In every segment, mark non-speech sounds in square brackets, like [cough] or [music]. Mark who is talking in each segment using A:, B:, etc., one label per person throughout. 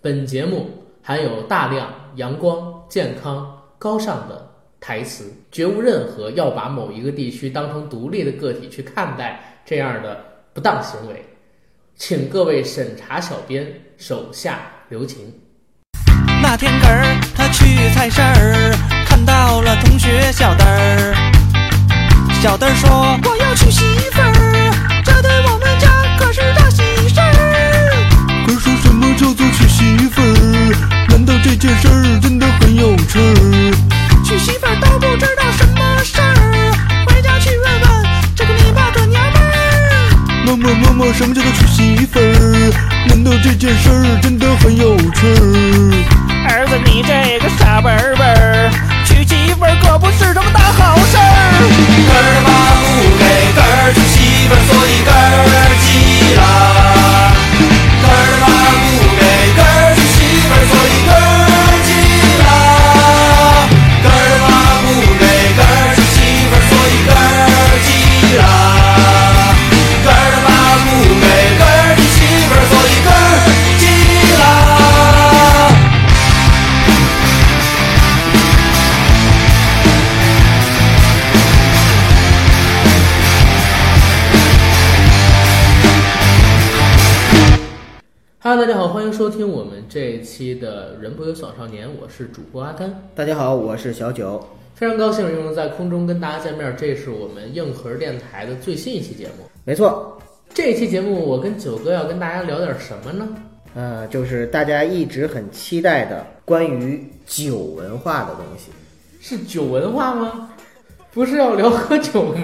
A: 本节目含有大量阳光、健康、高尚的台词，绝无任何要把某一个地区当成独立的个体去看待这样的不当行为。请各位审查小编手下留情。
B: 那天根儿他去菜市儿，看到了同学小灯儿。小灯儿说
C: 我要娶媳妇儿，这对我们家可是大喜事儿。：“
D: 可说什么叫做娶媳妇儿？难道这件事儿真的很有趣儿？”
C: 娶媳妇儿都不知道什么事儿，回家去问问这个你爸的娘们儿。
D: 妈妈妈妈，什么叫做娶媳妇儿？难道这件事儿真的很有趣儿？
B: 儿子你这个傻笨儿笨儿，娶媳妇儿可不是什么大好事儿。
E: 根儿妈不给根儿娶媳妇儿，所以根儿急了。根儿妈不给根儿娶媳妇儿，所以根儿急了。根儿妈不给根儿娶媳妇儿，所以根儿急了。根儿妈不给根儿娶媳妇儿，所以根儿急了。
A: Hello，大家好，欢迎收听我们这一期的《人不有小少年》，我是主播阿甘。
F: 大家好，我是小九。
A: 非常高兴又能在空中跟大家见面，这是我们硬核电台的最新一期节目。
F: 没错，
A: 这一期节目我跟九哥要跟大家聊点什么呢？
F: 呃，就是大家一直很期待的关于酒文化的东西，
A: 是酒文化吗？不是要聊喝酒吗？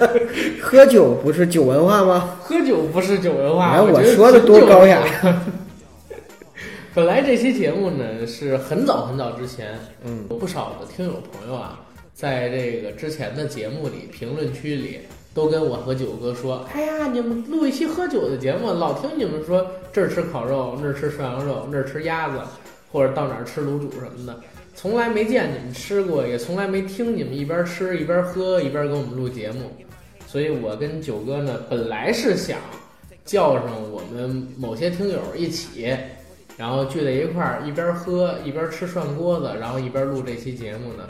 A: [laughs]
F: 喝酒不是酒文化吗？
A: 喝酒不是酒文化。
F: 哎，
A: 我
F: 我
A: 觉得
F: 说的多
A: 酒
F: 高雅！
A: 本来这期节目呢是很早很早之前，
F: 嗯，
A: 有不少的听友朋友啊，在这个之前的节目里、评论区里都跟我和九哥说：“哎呀，你们录一期喝酒的节目，老听你们说这儿吃烤肉，那儿吃涮羊肉，那儿吃鸭子，或者到哪儿吃卤煮什么的，从来没见你们吃过，也从来没听你们一边吃一边喝一边给我们录节目。”所以，我跟九哥呢，本来是想叫上我们某些听友一起，然后聚在一块儿，一边喝一边吃涮锅子，然后一边录这期节目呢。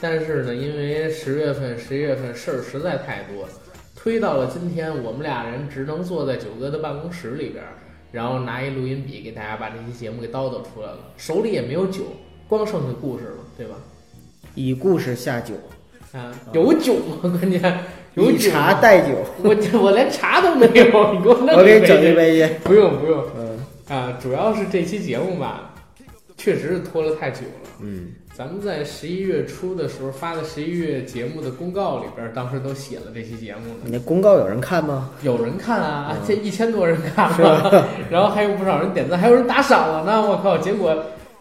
A: 但是呢，因为十月份、十一月份事儿实在太多，推到了今天，我们俩人只能坐在九哥的办公室里边儿，然后拿一录音笔给大家把这期节目给叨叨出来了，手里也没有酒，光剩下故事了，对吧？
F: 以故事下酒，
A: 啊，有酒吗？关键有
F: 以
A: 酒吗
F: 嗯茶代酒。
A: 我我连茶都没有，你给我弄
F: 我给
A: 一
F: 你整一杯去。
A: 不用不用
F: 嗯
A: 啊，主要是这期节目吧，确实是拖了太久了。
F: 嗯，
A: 咱们在十一月初的时候发的十一月节目的公告里边，当时都写了这期节目呢。
F: 你那公告有人看吗？
A: 有人看啊，这一千多人看
F: 嗯是
A: 了
F: 吧，
A: [laughs] 然后还有不少人点赞，还有人打赏了呢。我靠，结果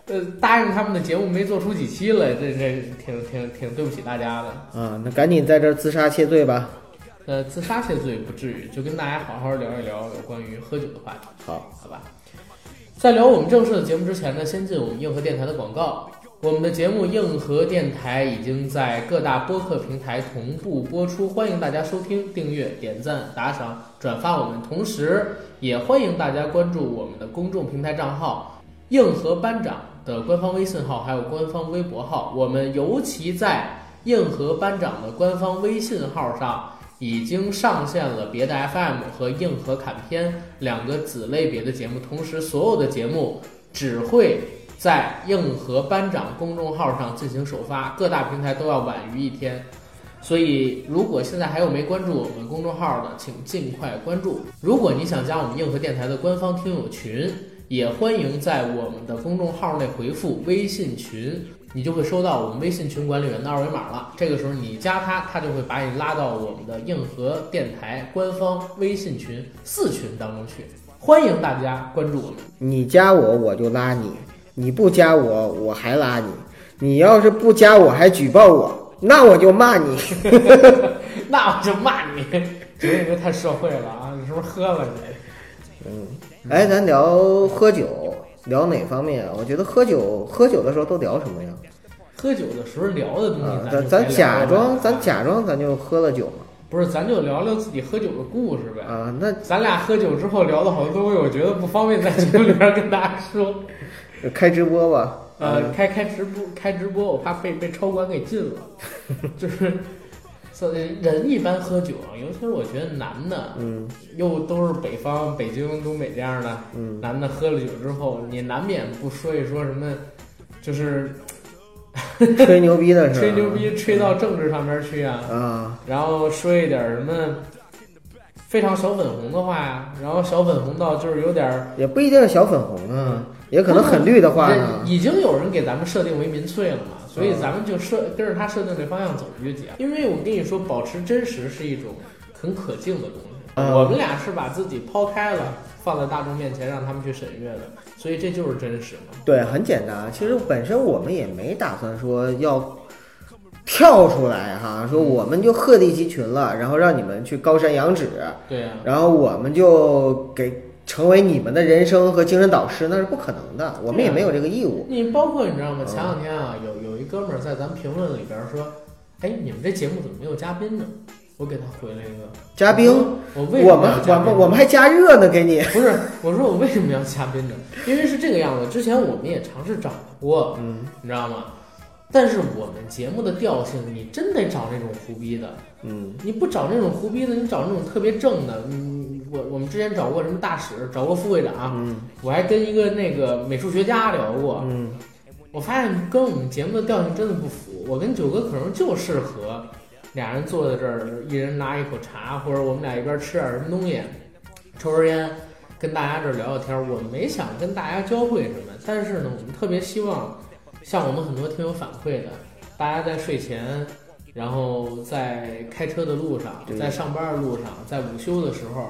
A: 呃答应他们的节目没做出几期来，这这挺挺挺对不起大家的。
F: 啊，那赶紧在这儿自杀谢罪吧。
A: 呃，自杀谢罪不至于，就跟大家好好聊一聊有关于喝酒的话题，
F: 好，
A: 好吧？在聊我们正式的节目之前呢，先进我们硬核电台的广告。我们的节目《硬核电台》已经在各大播客平台同步播出，欢迎大家收听、订阅、点赞、打赏、转发我们，同时也欢迎大家关注我们的公众平台账号“硬核班长”的官方微信号，还有官方微博号。我们尤其在硬核班长的官方微信号上已经上线了别的 FM 和硬核砍片两个子类别的节目，同时所有的节目只会在硬核班长公众号上进行首发，各大平台都要晚于一天。所以，如果现在还有没关注我们公众号的，请尽快关注。如果你想加我们硬核电台的官方听友群，也欢迎在我们的公众号内回复“微信群”，你就会收到我们微信群管理员的二维码了。这个时候你加他，他就会把你拉到我们的硬核电台官方微信群四群当中去。欢迎大家关注我们。
F: 你加我我就拉你，你不加我我还拉你，你要是不加我还举报我，那我就骂你。
A: [laughs] 那我就骂你，觉得你这太社会了啊！你是不是喝了你？
F: 哎，咱聊喝酒，聊哪方面啊？我觉得喝酒，喝酒的时候都聊什么呀？
A: [laughs] 喝酒的时候聊的东西
F: 啊，
A: 嗯咱就
F: 咱
A: 该聊
F: 咱假
A: 了
F: 装，咱假装咱就喝了酒嘛。
A: 不是，咱就聊聊自己喝酒的故事呗。
F: 啊，那
A: 咱俩喝酒之后聊的好多东西，我觉得不方便在节目里边跟大家说。
F: [laughs] 开直播吧。 [laughs]
A: 呃，开开直播，开直播，我怕被被超管给禁
F: [laughs]
A: 了。就是，所以人一般喝酒啊，尤其是我觉得男的，
F: 嗯
A: 又都是北方、北京、东北这样的，
F: 嗯
A: 男的喝了酒之后，你难免不说一说什么，就是
F: 吹牛逼的是吧
A: 吹牛逼吹到政治上面去啊，
F: 啊，
A: 然后说一点什么非常小粉红的话呀、然后小粉红到就是有点儿，
F: 也不一定是小粉红啊，也可能很绿的
A: [laughs]
F: 话呢。啊
A: 已经有人给咱们设定为民粹了嘛，所以咱们就设跟着他设定这方向走就行。因为我跟你说，保持真实是一种很可敬的东西。
F: 嗯
A: 我们俩是把自己抛开了，放在大众面前让他们去审阅的，所以这就是真实嘛。
F: 对，很简单。啊其实本身我们也没打算说要跳出来哈，说我们就鹤立鸡群了，然后让你们去高山仰止，
A: 对呀、
F: 然后我们就给成为你们的人生和精神导师，那是不可能的，我们也没有这个义务。
A: 你包括你知道
F: 嗯
A: 吗？前两天啊，有有一哥们儿在咱们评论里边儿说，哎，你们这节目怎么没有嘉宾呢？我给他回了一个
F: 嘉宾，
A: 我啊为什
F: 我
A: 么
F: 们
A: 要
F: 我
A: 嘉宾
F: 们我们还加热呢，给你。
A: 不是，我说我为什么要嘉宾呢？因为是这个样子，之前我们也尝试找过，
F: 嗯
A: 你知道吗？但是我们节目的调性，你真得找那种胡逼的，
F: 嗯
A: 你不找那种胡逼的，你找那种特别正的。嗯，我我们之前找过什么大使，找过副会长，
F: 嗯
A: 我还跟一个那个美术学家聊过，
F: 嗯
A: 我发现跟我们节目的调性真的不符。我跟九哥可能就适合俩人坐在这儿，一人拿一口茶，或者我们俩一边吃点什么东西，抽根烟，跟大家这儿聊聊天儿。我没想跟大家教会什么，但是呢，我们特别希望，像我们很多听友反馈的，大家在睡前，然后在开车的路上，在上班的路上，在午休的时候，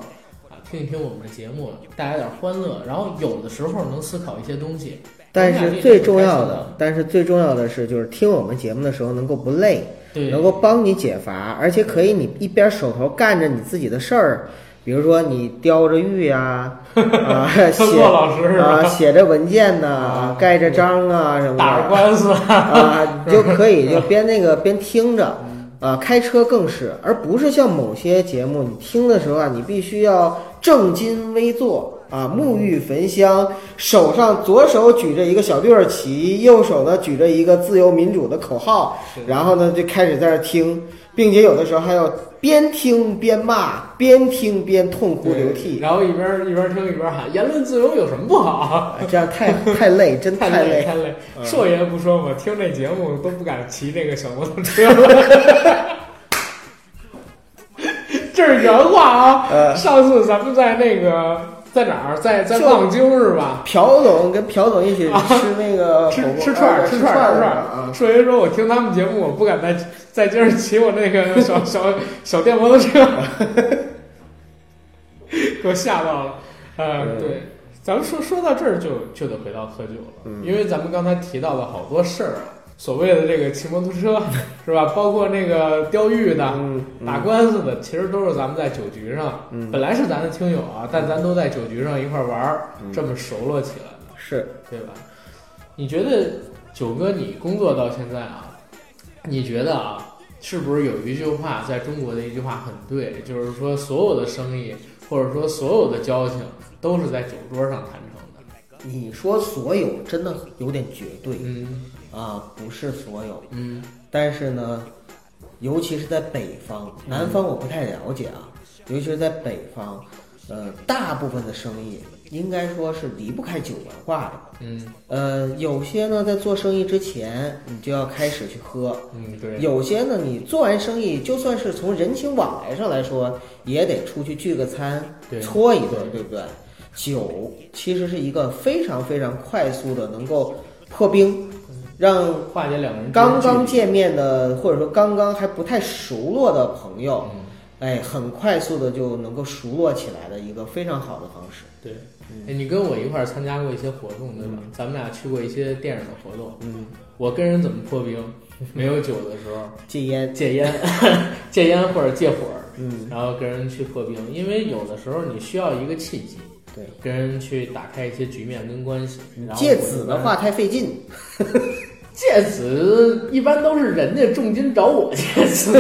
A: 啊，听一听我们的节目，带来点欢乐，然后有的时候能思考一些东西。
F: 但
A: 我们俩
F: 是
A: 哎这
F: 最
A: 挺
F: 重
A: 开
F: 要
A: 心
F: 的，但是最重要的是，就是听我们节目的时候能够不累，
A: 对，
F: 能够帮你解乏，而且可以你一边手头干着你自己的事儿，比如说你雕着
A: [laughs]
F: 玉呀、啊，写
A: 特作老师是吧
F: 啊，写着文件呐、
A: 啊
F: 盖着章啊什么
A: 打着
F: 的
A: 官司。
F: [laughs] 啊，你就可以就
A: [laughs]
F: 边那个边听着。啊，开车更是，而不是像某些节目，你听的时候啊，你必须要正襟危坐啊，沐浴焚香，手上左手举着一个小绿儿旗，右手呢举着一个自由民主的口号，然后呢就开始在那儿听，并且有的时候还要边听边骂，边听边痛哭流涕，
A: 然后一边一边听一边喊：“言论自由有什么不好
F: 啊这样太太累，
A: [laughs]
F: 真？”
A: 太
F: 太
A: 累
F: 累嗯
A: 太。累，说也不说，我听这节目都不敢骑那个小摩托车 [laughs] 了。这是原话啊！
F: 呃
A: 上次咱们在那个在哪儿，在在
F: 就
A: 望京是吧？
F: 朴总跟朴总一起吃那
A: [laughs]
F: 个
A: 吃
F: 火锅
A: 吃串
F: 啊
A: 儿，串儿，
F: 吃
A: 吃
F: 串
A: 串
F: 啊
A: 儿。，说爷说，我听他们节目，我不敢再再接着骑我那个小小小电摩托车，给我吓到了。呃，
F: 嗯
A: 对，咱们说说到这儿就就得回到喝酒了，
F: 嗯
A: 因为咱们刚才提到的好多事儿啊，所谓的这个骑摩托
F: [laughs]
A: 车是吧，包括那个雕玉的。
F: 嗯，嗯
A: 打官司的其实都是咱们在酒局上，本来是咱的听友啊，但咱都在酒局上一块儿玩儿，
F: 嗯
A: 这么熟络起来。
F: 是
A: 对吧？你觉得九哥，你工作到现在啊，你觉得啊，是不是有一句话，在中国的一句话很对，就是说所有的生意或者说所有的交情都是在酒桌上谈成的？
F: 你说所有真的有点绝对
A: 嗯
F: 啊，不是所有，
A: 嗯
F: 但是呢，尤其是在北方，南方我不太了解啊，尤其是在北方，呃，大部分的生意应该说是离不开酒文化的。
A: 嗯
F: 呃，有些呢，在做生意之前，你就要开始去喝；
A: 嗯，对，
F: 有些呢，你做完生意，就算是从人情往来上来说，也得出去聚个餐
A: 对，
F: 搓一顿，
A: 对
F: 对不对？酒其实是一个非常非常快速的，能够破冰，
A: 嗯
F: 让
A: 化解两个人之间
F: 刚
A: 的距
F: 刚
A: 离
F: 见面的，或者说刚刚还不太熟络的朋友，
A: 嗯
F: 哎，很快速的就能够熟络起来的一个非常好的方式。
A: 对，
F: 嗯
A: 哎你跟我一块儿参加过一些活动，对吧？咱们俩去过一些电影的活动。
F: 嗯，
A: 我跟人怎么破
F: [laughs]
A: 冰？没有酒的时候，
F: 戒烟，
A: [laughs] 戒烟，戒烟或者戒火，
F: 嗯，
A: 然后跟人去破冰，因为有的时候你需要一个契机，
F: 对，
A: 跟人去打开一些局面跟关系。然后
F: 戒
A: 我一
F: 子的
A: 般
F: 话，太费劲，
A: 戒 [laughs] 子一般都是人家重金找我戒子。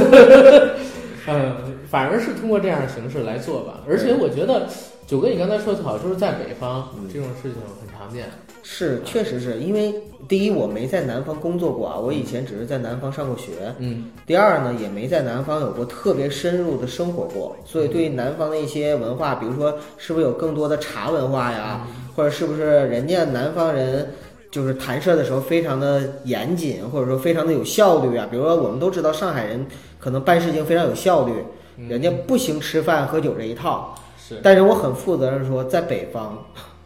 A: 嗯，反而是通过这样的形式来做吧。而且我觉得九哥你刚才说的好，就是在北方
F: 嗯
A: 这种事情很常见。
F: 是，确实是因为第一，我没在南方工作过啊，我以前只是在南方上过学。
A: 嗯
F: 第二呢，也没在南方有过特别深入的生活过，所以对于南方的一些文化，比如说是不是有更多的茶文化呀，或者是不是人家南方人就是谈事儿的时候非常的严谨，或者说非常的有效率啊。比如说我们都知道上海人可能办事情非常有效率，
A: 嗯
F: 人家不行吃饭喝酒这一套，
A: 是，
F: 但是我很负责任地说，在北方，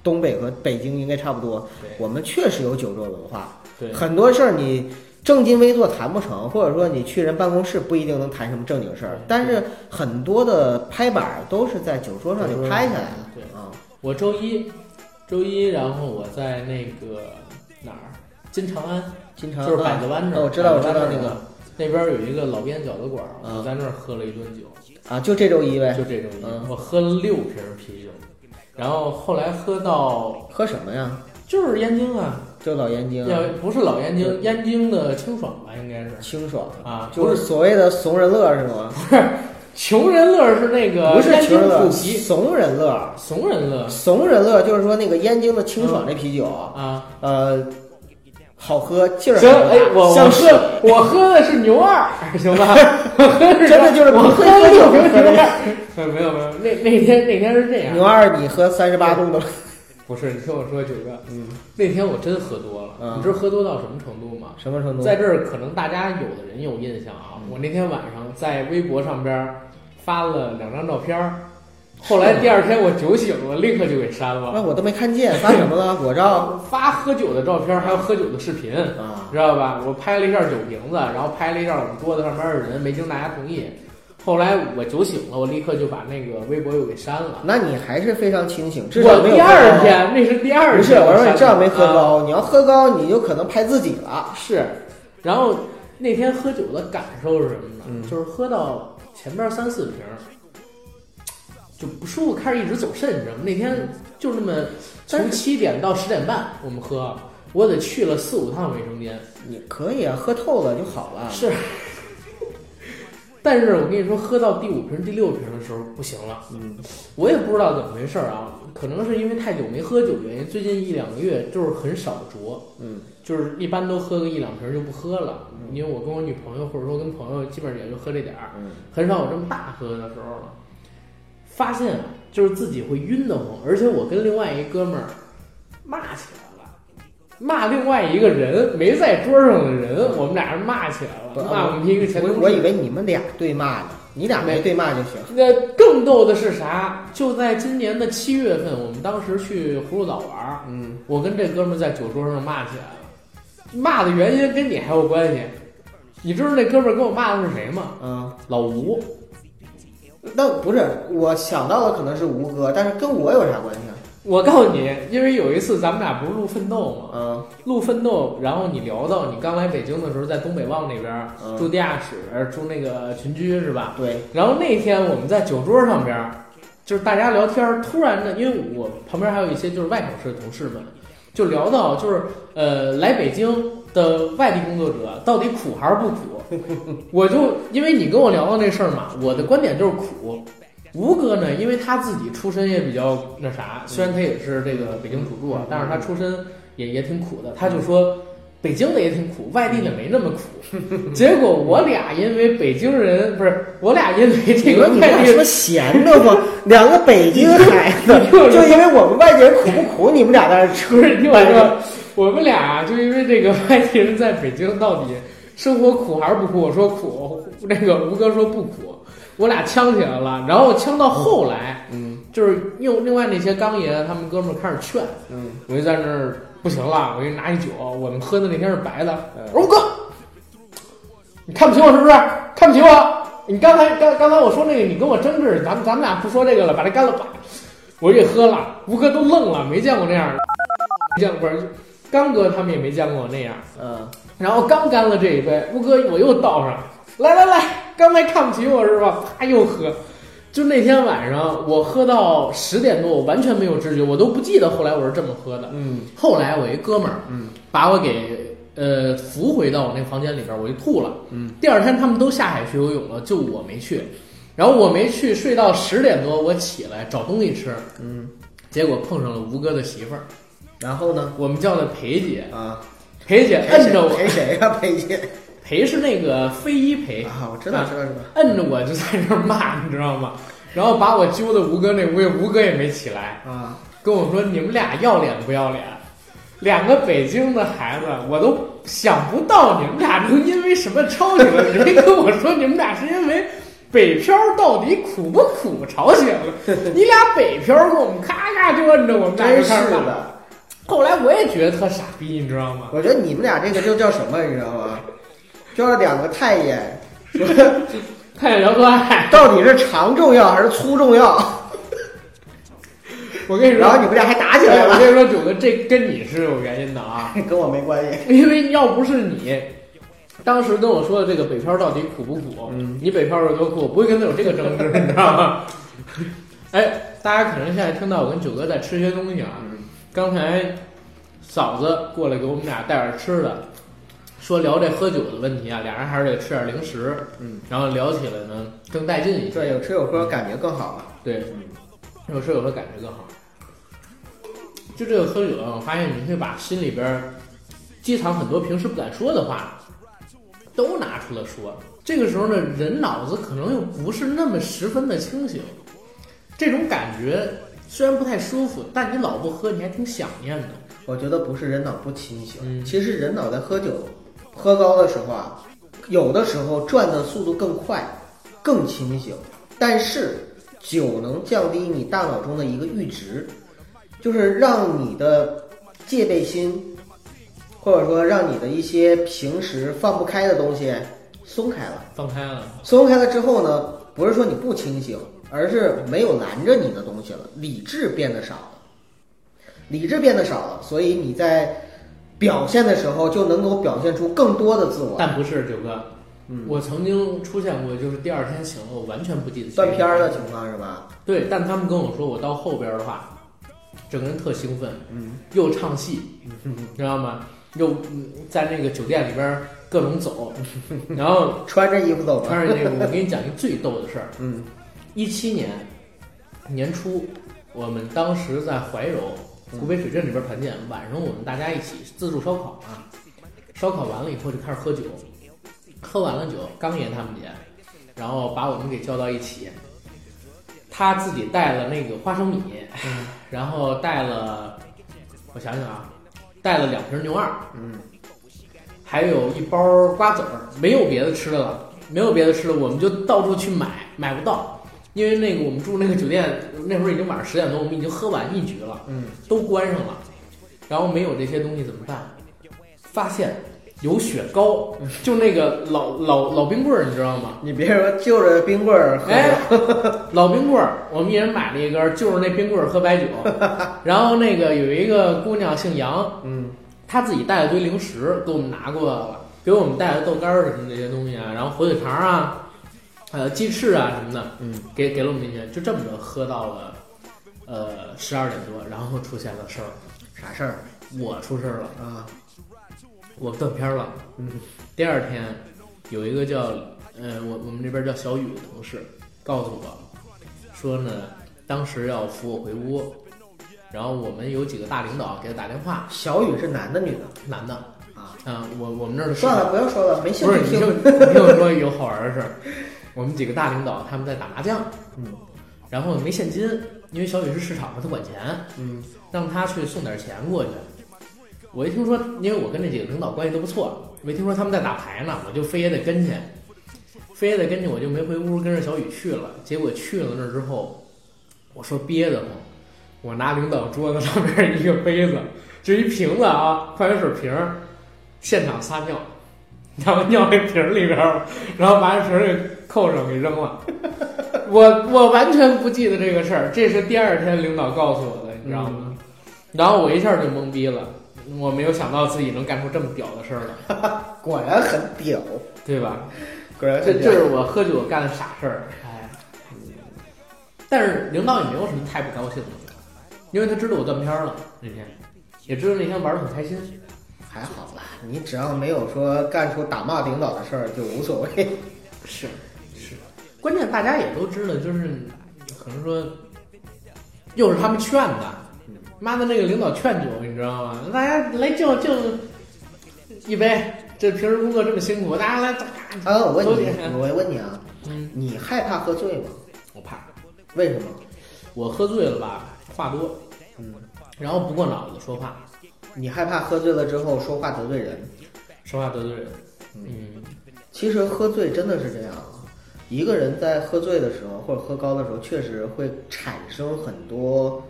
F: 东北和北京应该差不多，
A: 对
F: 我们确实有酒桌文化。
A: 对
F: 很多事儿你正襟危坐谈不成，或者说你去人办公室不一定能谈什么正经事儿
A: 对。
F: 但是很多的拍板儿都是在酒桌上就拍下来了。
A: 对
F: 啊，
A: 我周一，周一，然后我在那个哪儿，金长安，
F: 经常
A: 就是百子湾那儿，
F: 哦我知道，我
A: 百
F: 知
A: 子
F: 道
A: 湾
F: 那
A: 儿
F: 个
A: 那边有一个老边饺子馆儿，
F: 嗯
A: 我在那儿喝了一顿酒，
F: 啊，就这周一呗
A: 就。这种，
F: 嗯
A: 我喝了六瓶啤酒，然后后来喝到
F: 喝什么呀？
A: 就是燕京啊，
F: 就老燕京啊，
A: 要不是老燕京，
F: 对
A: 燕京的清爽吧，应该是 [laughs]
F: 清爽，
A: 啊，
F: 就
A: 不
F: 是
A: 是
F: 所谓的怂人乐是吗？
A: 穷人乐是那个
F: 不是
A: 呃燕
F: 穷
A: 京
F: 人乐，
A: 普及，
F: 怂人乐。
A: 怂人乐
F: 怂人乐就是说那个燕京的清爽这啤酒，
A: 啊。
F: 呃，好喝，劲儿
A: 行，
F: 很大
A: 哎，我我
F: 像水
A: 喝我喝的是牛二， [laughs] 行
F: [laughs]
A: 吧？我喝的是
F: 真的就是
A: 我
F: 不
A: 喝
F: 会
A: 了
F: 喝
A: 六
F: 酒
A: 瓶
F: 喝
A: 牛
F: 的
A: 二，没有没有没有，那那天那天是这样
F: 牛，二，你喝三十八度的吗？
A: 不是你听我说九哥，
F: 嗯，
A: 那天我真喝多了，
F: 嗯
A: 你知道喝多到什么程度吗？
F: 什么程度？
A: 在这儿，可能大家有的人有印象
F: 嗯
A: 啊。我那天晚上在微博上边儿发了两张照片儿，后来第二天我酒醒了，立刻就给删
F: 那
A: 了。
F: 我都没看见，发什么了？裸照
A: 发喝酒的照片儿，还有喝酒的视频，
F: 啊？
A: 知道吧？我拍了一下酒瓶子，然后拍了一下我们桌子上边儿的人，没经大家同意。后来我酒醒了，我立刻就把那个微博又给删了。
F: 那你还是非常清醒，至少
A: 我
F: 没有
A: 第
F: 喝高
A: 二。天，那是第二天，
F: 不是，我说你
A: 删
F: 至少没喝
A: 的啊
F: 高，你要喝高，你就可能拍自己了。
A: 是，然后那天喝酒的感受是什么呢？
F: 嗯
A: 就是喝到前边三四瓶儿就不舒服，开始一直走肾，你知道吗？那
F: 嗯
A: 天就那么从七点到十点半我们喝，我得去了四五趟卫生间。
F: 你可以啊，喝透了就好了。
A: 是， [laughs] 但是我跟你说，喝到第五瓶、第六瓶的时候不行了。
F: 嗯，
A: 我也不知道怎么回事儿啊，可能是因为太久没喝酒原因，最近一两个月就是很少酌。
F: 嗯，
A: 就是一般都喝个一两瓶儿就不喝了，因为我跟我女朋友或者说跟朋友基本上也就喝这点儿，
F: 嗯
A: 很少有这么大喝的时候了。发现啊，就是自己会晕得慌，而且我跟另外一哥们儿骂起来了，骂另外一个人没在桌上的人，我们俩人骂起来
F: 不
A: 了，骂我们一个前同
F: 我
A: 事。
F: 我以为你们俩对骂呢，你俩没对骂就行。
A: 那更逗的是啥？就在今年的七月份，我们当时去葫芦岛玩儿，
F: 嗯，
A: 我跟这哥们儿在酒桌上骂起来了，骂的原因跟你还有关系。你知道那哥们儿跟我骂的是谁吗？
F: 啊，
A: 老吴，
F: 那不是我想到的可能是吴哥，但是跟我有啥关系啊？
A: 我告诉你，因为有一次咱们俩不是录《奋斗》吗？
F: 啊，
A: 录《奋斗》，然后你聊到你刚来北京的时候，在东北旺那边儿
F: 嗯
A: 住地下室，住那个群居是吧？
F: 对，
A: 然后那天我们在酒桌上边儿，就是大家聊天儿，突然的，因为我旁边还有一些就是外省市的同事们，就聊到就是呃来北京的外地工作者到底苦还是不苦？ [laughs] 我就因为你跟我聊到这事儿嘛，我的观点就是苦。吴哥呢，因为他自己出身也比较那啥，虽然他也是这个北京土著啊，但是他出身也也挺苦的，他就说。北京的也挺苦，外地的没那么苦。结果我俩因为北京人不是，我俩因为这
F: 你
A: 个
F: 说你们
A: 外
F: 俩
A: 地
F: 是不
A: 人
F: 是闲的慌？两个北京孩子，就因为我们外地人苦不苦，你们俩在这
A: 不
F: 吃
A: 是，你听我说，我们俩就因为这个外地人在北京到底生活苦还是不苦？我说苦，那个吴哥说不苦，我俩呛起来了。然后呛到后来，
F: 嗯
A: 就是用另外那些刚爷他们哥们儿开始劝，
F: 嗯，
A: 我就在那儿不行了，我就拿一酒，我们喝的那天是白的
F: 嗯，
A: 我说吴哥，你看不起我是不是？看不起我？你刚才刚刚才我说那个，你跟我争执，咱们咱们俩不说这个了，把这干了吧。我这喝了，吴哥都愣了，没见过那样的，没见过不是刚哥他们也没见过我那样。
F: 嗯，
A: 然后刚干了这一杯，吴哥我又倒上，来来来，刚才看不起我是吧？啪又喝，就那天晚上我喝到十点多，我完全没有知觉，我都不记得后来我是这么喝的。
F: 嗯，
A: 后来我一哥们儿，嗯，把我给呃扶回到我那房间里边儿，我就吐了。嗯，第二天他们都下海去游泳了，就我没去。然后我没去，睡到十点多我起来找东西吃，嗯，结果碰上了吴哥的媳妇儿，
F: 然后呢？
A: 我们叫她裴姐，
F: 啊，
A: 裴姐
F: 陪
A: 摁着 [laughs] 我，
F: 谁陪谁呀？裴姐
A: 裴是那个非遗裴
F: 啊，我知道，知道，知道。
A: 摁着我就在那儿骂，你知道吗？然后把我揪到吴哥那屋，吴哥也没起来，
F: 啊，
A: 跟我说你们俩要脸不要脸？两个北京的孩子，我都想不到你们俩能因为什么吵起来。你别跟我说你们俩是因为北漂到底苦不苦吵起来
F: [laughs]
A: 了？你俩北漂跟我们咔咔就摁着我们俩
F: 真
A: 就是开始骂。
F: 的。
A: 后来我也觉得特傻逼，你知道吗？
F: 我觉得你们俩这个就叫什么，你知道吗？就是两个太监，说 [laughs]
A: 太阳说爱，
F: 到底是长重要还是粗重 [laughs] 要？
A: 我跟你说，
F: 然后你们俩还打起来
A: 哎我
F: 了，
A: 跟你说，九哥，这跟你是有原因的啊。
F: 跟我没关系。
A: [laughs] 因为要不是你当时跟我说的这个北漂到底苦不苦，你北漂有多苦，我不会跟他有这个争执，你知道吗？ [laughs] 哎，大家可能现在听到我跟九哥在吃些东西啊，刚才嫂子过来给我们俩带点吃的，说聊这喝酒的问题啊，俩人还是得吃点零食，
F: 嗯，
A: 然后聊起来呢更带劲一些，
F: 对，有吃有喝，感觉更好了。
A: 对，有时候有时候感觉更好。就这个喝酒啊，我发现你会把心里边儿积藏很多平时不敢说的话，都拿出来说。这个时候呢，人脑子可能又不是那么十分的清醒，这种感觉虽然不太舒服，但你老不喝，你还挺想念的。
F: 我觉得不是人脑不清醒，
A: 嗯
F: 其实人脑在喝酒、喝高的时候啊，有的时候转的速度更快，更清醒，但是酒能降低你大脑中的一个阈值，就是让你的戒备心，或者说让你的一些平时放不开的东西松开了。
A: 放开了，
F: 松开了之后呢，不是说你不清醒，而是没有拦着你的东西了，理智变得少了，理智变得少了，所以你在表现的时候就能够表现出更多的自我。
A: 但不是九哥，
F: 嗯
A: 我曾经出现过，就是第二天醒了，我完全不记得
F: 断片儿的情况是吧？
A: 对，但他们跟我说，我到后边儿的话，整个人特兴奋，
F: 嗯，
A: 又唱
F: [laughs]
A: 戏，知道吗？又嗯在那个酒店里边儿各种
F: [laughs]
A: 走，然后
F: 穿着衣服走吧。
A: 穿上那个，我给你讲一个最逗的事儿。
F: 嗯，
A: 一七年年初，我们当时在怀柔
F: 嗯
A: 湖北水镇里边团建，晚上我们大家一起自助烧烤嘛，烧烤完了以后就开始喝酒，喝完了酒，刚爷他们姐，然后把我们给叫到一起，他自己带了那个花生米，
F: 嗯
A: 然后带了，我想想啊，带了两瓶牛二，
F: 嗯，
A: 还有一包瓜子儿，没有别的吃的了，没有别的吃的，我们就到处去买，买不到，因为那个我们住那个酒店，那会儿已经晚上十点多，我们已经喝完一局了，
F: 嗯，
A: 都关上了，然后没有这些东西怎么办？发现有雪糕，
F: 嗯
A: 就那个老老老冰棍儿，你知道吗？
F: 你别说就着冰棍儿喝酒，
A: 哎，老冰棍儿，我们一人买了一根儿，就是那冰棍儿喝白酒。然后那个有一个姑娘姓杨，
F: 嗯，
A: 她自己带了堆零食，给我们拿过来了，给我们带了豆干儿什么这些东西啊，然后火腿肠啊，呃，鸡翅啊什么的，
F: 嗯，
A: 给给了我们这些，就这么着喝到了，呃，十二点多，然后出现了事儿，
F: 啥事儿
A: 我出事儿了，
F: 啊？
A: 我断片儿了。
F: 嗯，
A: 第二天有一个叫呃，我我们这边叫小雨的同事告诉我，说呢，当时要扶我回屋，然后我们有几个大领导给他打电话，
F: 小雨是男的女的？
A: 男的
F: 啊
A: 啊，我我们那儿的
F: 算了，不要说了，没兴
A: 不是
F: 趣
A: [laughs] 你
F: 听
A: 听。我听我说有好玩的事儿，我们几个大领导他们在打麻将，
F: 嗯，
A: 然后没现金，因为小雨是市场的，他管钱，
F: 嗯，
A: 让他去送点钱过去。我一听说，因为我跟这几个领导关系都不错，我一听说他们在打牌呢，我就非也得跟去，非也得跟去，我就没回屋跟着小雨去了。结果去了那儿之后，我说憋得慌，我拿领导桌子上面一个杯子，就一瓶子啊，矿泉水瓶儿，现场撒尿， [laughs] 然后尿那瓶儿里边儿了，然后把这瓶儿给扣上给扔了。我我完全不记得这个事儿，这是第二天领导告诉我的，你知道吗？然后我一下就懵逼了，我没有想到自己能干出这么屌的事儿来，
F: 果然很屌，
A: 对吧？
F: 果然
A: 这
F: 很
A: 这
F: 屌。
A: 是我喝酒干的傻事儿，哎。但是领导也没有什么太不高兴的，因为他知道我断片儿了那天，也知道那天玩的很开心。
F: 还好吧，你只要没有说干出打骂领导的事儿就无所谓。
A: 是是，关键大家也都知道，就是可能说，又是他们劝的，妈的那个领导劝酒，你知道吗？大家来就就一杯，这平时工作这么辛苦，大家来，
F: 啊，我问
A: 都
F: 你
A: 点，
F: 我问你啊，
A: 嗯，
F: 你害怕喝醉吗？
A: 我怕
F: 为什么？
A: 我喝醉了吧，话多，
F: 嗯，
A: 然后不过脑子说话，
F: 你害怕喝醉了之后说话得罪人？
A: 说话得罪人，嗯，
F: 其实喝醉真的是这样啊，一个人在喝醉的时候或者喝高的时候，确实会产生很多，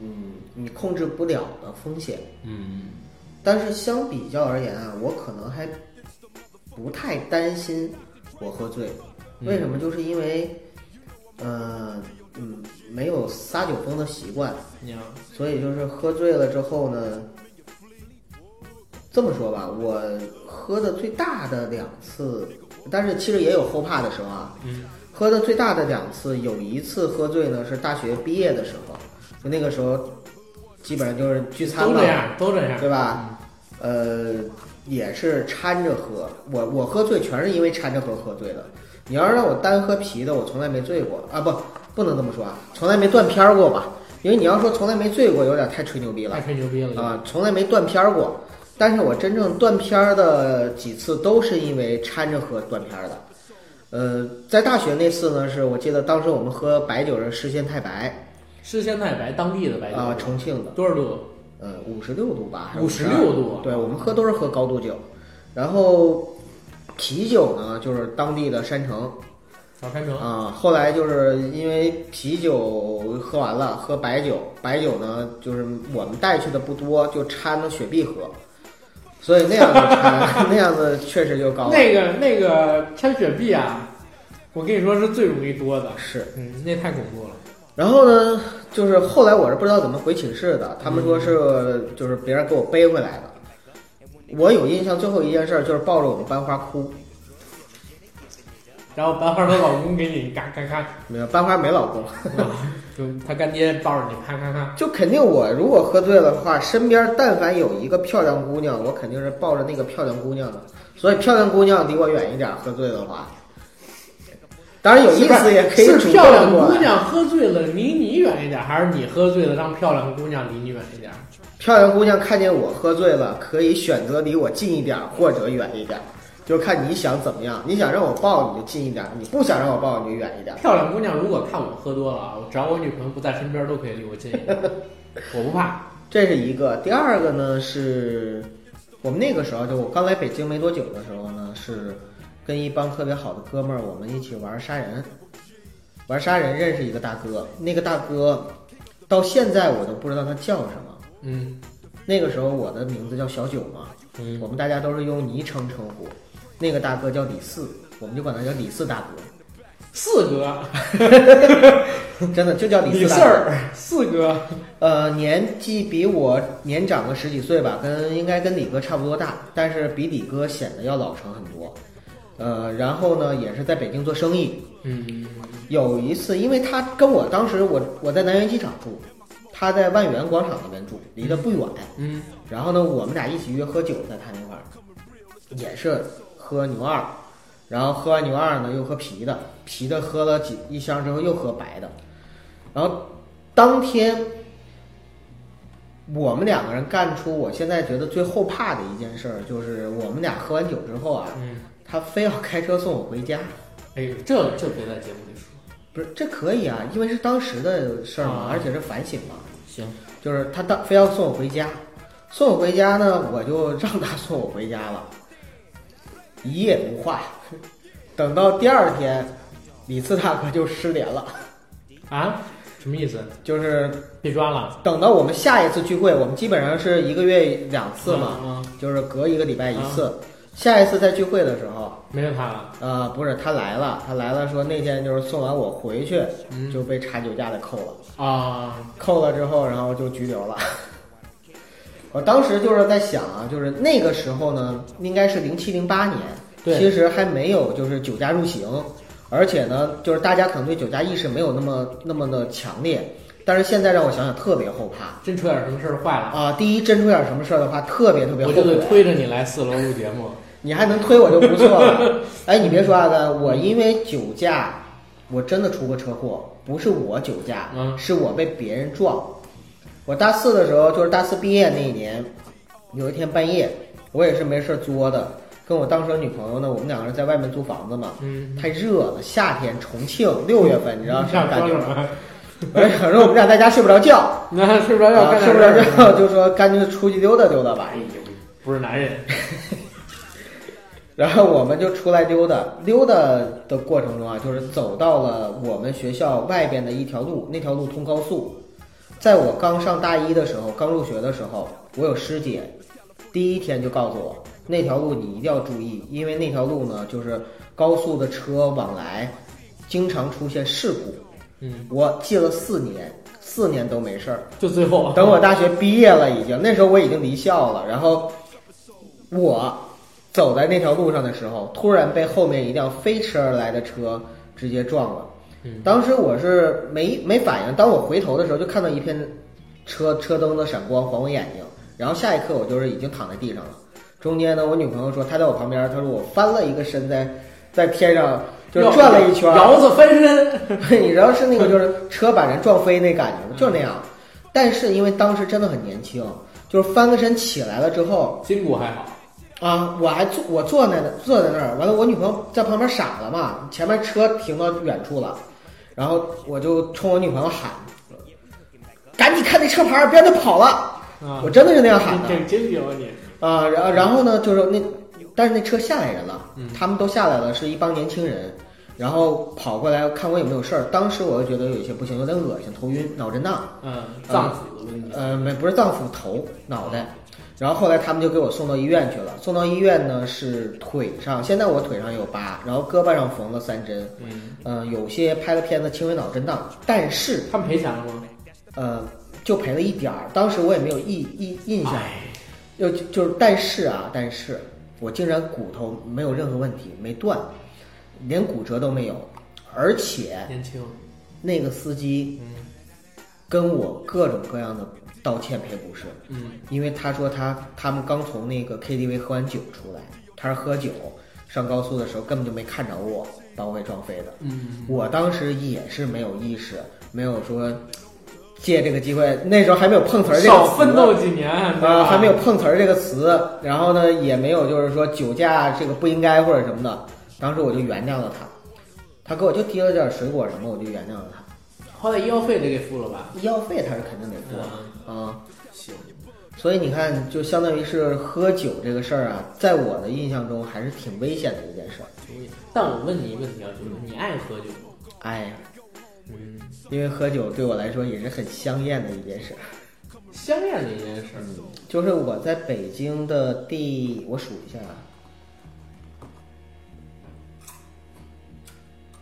F: 嗯，你控制不了的风险。
A: 嗯，
F: 但是相比较而言啊，我可能还不太担心我喝醉，为什么？就是因为，呃，嗯，没有撒酒疯的习惯，
A: 你要
F: 所以就是喝醉了之后呢，这么说吧，我喝的最大的两次，但是其实也有后怕的时候啊。
A: 嗯。
F: 喝的最大的两次，有一次喝醉呢是大学毕业的时候，就那个时候，基本上就是聚餐
A: 都
F: 嘛
A: 这，样，都这样，
F: 对吧？呃，也是掺着喝，我我喝醉全是因为掺着喝喝醉的。你要是让我单喝啤的，我从来没醉过啊，不，不能这么说啊，从来没断片儿过吧？因为你要说从来没醉过，有点太吹牛逼
A: 嗯
F: 了
A: 太吹牛逼了，
F: 啊，从来没断片儿过。但是我真正断片儿的几次都是因为掺着喝断片儿的。呃，在大学那次呢，是我记得当时我们喝白酒是诗仙太白
A: 是现在白当地的白酒
F: 啊、重庆的，
A: 多少度？
F: 呃，五十六度吧，还是
A: 56
F: 52
A: 度啊
F: 对，我们喝都是喝高度酒，然后啤酒呢就是当地的山城
A: 老山城，
F: 啊、后来就是因为啤酒喝完了，喝白酒，白酒呢就是我们带去的不多，就掺了雪碧喝，所以那样子
A: [laughs]
F: 掺那样子确实就高了。
A: 那个那个掺雪碧啊，我跟你说是最容易多的，
F: 是，
A: 嗯，那太恐怖了，
F: 然后呢，就是后来我是不知道怎么回寝室的，他
A: 嗯
F: 们说是就是别人给我背回来的。我有印象，最后一件事儿就是抱着我们班花哭，
A: 然后班花的老公给你嘎嘎嘎，
F: 没有，班花没老公，
A: 啊就他干爹抱着你咔咔咔，
F: 就肯定我如果喝醉了的话，身边但凡有一个漂亮姑娘，我肯定是抱着那个漂亮姑娘的。所以漂亮姑娘离我远一点，喝醉了的话。当然有意思，也可以
A: 是
F: 主
A: 漂亮
F: 动过
A: 姑
F: 来。
A: 娘喝醉了离你远一点，还是你喝醉了让漂亮姑娘离你远一点？
F: 漂亮姑娘看见我喝醉了，可以选择离我近一点或者远一点，就看你想怎么样。你想让我抱你就近一点，你不想让我抱你就远一点。
A: 漂亮姑娘如果看我喝多了啊，只要我女朋友不在身边，都可以离我近一点，我不怕。
F: 这是一个。第二个呢是，我们那个时候就我刚来北京没多久的时候呢，是跟一帮特别好的哥们儿，我们一起玩杀人，玩杀人认识一个大哥，那个大哥到现在我都不知道他叫什么。
A: 嗯
F: 那个时候我的名字叫小九嘛，
A: 嗯
F: 我们大家都是用昵称称呼，那个大哥叫李四，我们就管他叫李四大哥，
A: 四哥，
F: 真的就叫李
A: 李
F: 四大
A: 四
F: 哥。
A: 儿，四哥，
F: 呃，年纪比我年长个十几岁吧，跟应该跟李哥差不多大，但是比李哥显得要老成很多。呃，然后呢，也是在北京做生意。
A: 嗯，
F: 有一次，因为他跟我当时我我在南苑机场住，他在万源广场那边住，离得不远。
A: 嗯，
F: 然后呢，我们俩一起约喝酒，在他那块儿也是喝牛二，然后喝完牛二呢，又喝啤的，啤的喝了几一箱之后又喝白的，然后当天我们两个人干出我现在觉得最后怕的一件事儿，就是我们俩喝完酒之后啊，
A: 嗯
F: 他非要开车送我回家，
A: 哎呦，这这别在节目里说。
F: 不是这可以啊，因为是当时的事儿嘛
A: 啊，
F: 而且是反省嘛，
A: 行，
F: 就是他当非要送我回家，送我回家呢，我就让他送我回家了，一夜无话。等到第二天，李四大哥就失联了，
A: 啊，什么意思？
F: 就是
A: 被抓了？
F: 等到我们下一次聚会，我们基本上是一个月两次嘛，
A: 嗯，嗯
F: 就是隔一个礼拜一次。下一次再聚会的时候，
A: 没有他了。
F: 啊，不是他来了，他来了说那天就是送完我回去
A: 嗯
F: 就被查酒驾的扣了。
A: 啊，
F: 扣了之后，然后就拘留了。 [laughs] 我当时就是在想啊，就是那个时候呢，应该是零七零八年，
A: 对
F: 其实还没有就是酒驾入刑，而且呢，就是大家可能对酒驾意识没有那么那么的强烈，但是现在让我想想特别后怕
A: 真出点什么事儿坏了，
F: 啊！第一，真出点什么事儿的话，特别特别
A: 我
F: 后
A: 就得
F: 悔。
A: 推着你来四楼录节目。
F: 啊你还能推我就不错了。哎，你别说阿甘，我因为酒驾我真的出过车祸，不是我酒驾，
A: 嗯
F: 是我被别人撞。我大四的时候，就是大四毕业那一年，有一天半夜，我也是没事儿作的，跟我当时的女朋友呢，我们两个人在外面租房子嘛，
A: 嗯，
F: 太热了，夏天重庆六月份，你知道什么感觉
A: 什
F: 吗？
A: 么？
F: 而且反正我们俩在家睡不着觉，
A: 那睡不哎着觉
F: 啊
A: 干
F: [laughs] 睡
A: 点
F: 不
A: 事
F: 着
A: 儿
F: 觉就说干脆出去溜达溜达吧
A: 哎。呦，不是男人，
F: 然后我们就出来溜达，溜达的过程中啊，就是走到了我们学校外边的一条路，那条路通高速。在我刚上大一的时候，刚入学的时候，我有师姐，第一天就告诉我，那条路你一定要注意，因为那条路呢，就是高速的车往来，经常出现事故。
A: 嗯，
F: 我记了四年，四年都没事儿。
A: 就最后
F: 等我大学毕业了，已经那时候我已经离校了。然后我走在那条路上的时候，突然被后面一辆飞驰而来的车直接撞了
A: 嗯。
F: 当时我是没没反应，当我回头的时候，就看到一片车车灯的闪光晃我眼睛，然后下一刻我就是已经躺在地上了。中间呢，我女朋友说她在我旁边，她说我翻了一个身在在天上就是转了一圈，
A: 摇子翻身，
F: [laughs] 你知道是那个就是车把人撞飞那感觉吗？就是那样。但是因为当时真的很年轻，就是翻个身起来了之后
A: 筋骨还好，
F: 啊，我还坐我坐在那坐在那儿，完了我女朋友在旁边傻了嘛，前面车停到远处了，然后我就冲我女朋友喊：“赶紧看那车牌，别让他跑了！”
A: 啊
F: 我真的是那样喊的。
A: 挺惊喜我你，
F: 啊，然后然后呢，就是那，但是那车下来人了，他们都下来了，是一帮年轻人，然后跑过来看我有没有事儿。当时我就觉得有一些不行，有点恶心，头晕，脑震荡，
A: 嗯，脏死了你，
F: 呃，没不是脏腑，头脑袋。然后后来他们就给我送到医院去了，送到医院呢是腿上，现在我腿上有疤，然后胳膊上缝了三针，
A: 嗯，
F: 嗯、有些拍了片子轻微脑震荡，但是
A: 他们赔钱了吗？
F: 呃就赔了一点儿，当时我也没有意意印象，
A: 哎，
F: 就就是，但是啊，但是我竟然骨头没有任何问题，没断，连骨折都没有，而且
A: 年轻，
F: 那个司机
A: 嗯
F: 跟我各种各样的道歉赔不是，
A: 嗯，
F: 因为他说他他们刚从那个 KTV 喝完酒出来，他是喝酒上高速的时候根本就没看着我，把我给撞飞的。
A: 嗯，
F: 我当时也是没有意识，没有说借这个机会，那时候还没有碰瓷儿这个
A: 少
F: 词
A: 奋斗几年，
F: 呃，还没有，碰瓷儿这个词，然后呢，也没有就是说酒驾这个不应该或者什么的。当时我就原谅了他，他给我就提了点水果什么，我就原谅了他。
A: 好歹医药费得给付了吧？
F: 医药费他是肯定得付啊、
A: 嗯，行，
F: 所以你看，就相当于是喝酒这个事儿啊，在我的印象中还是挺危险的一件事儿。
A: 但我问你一个问题啊，就是你爱喝酒吗？
F: 哎呀，
A: 嗯，
F: 因为喝酒对我来说也是很香艳的一件事儿。
A: 香艳的一件事儿，
F: 就是我在北京的第，我数一下啊，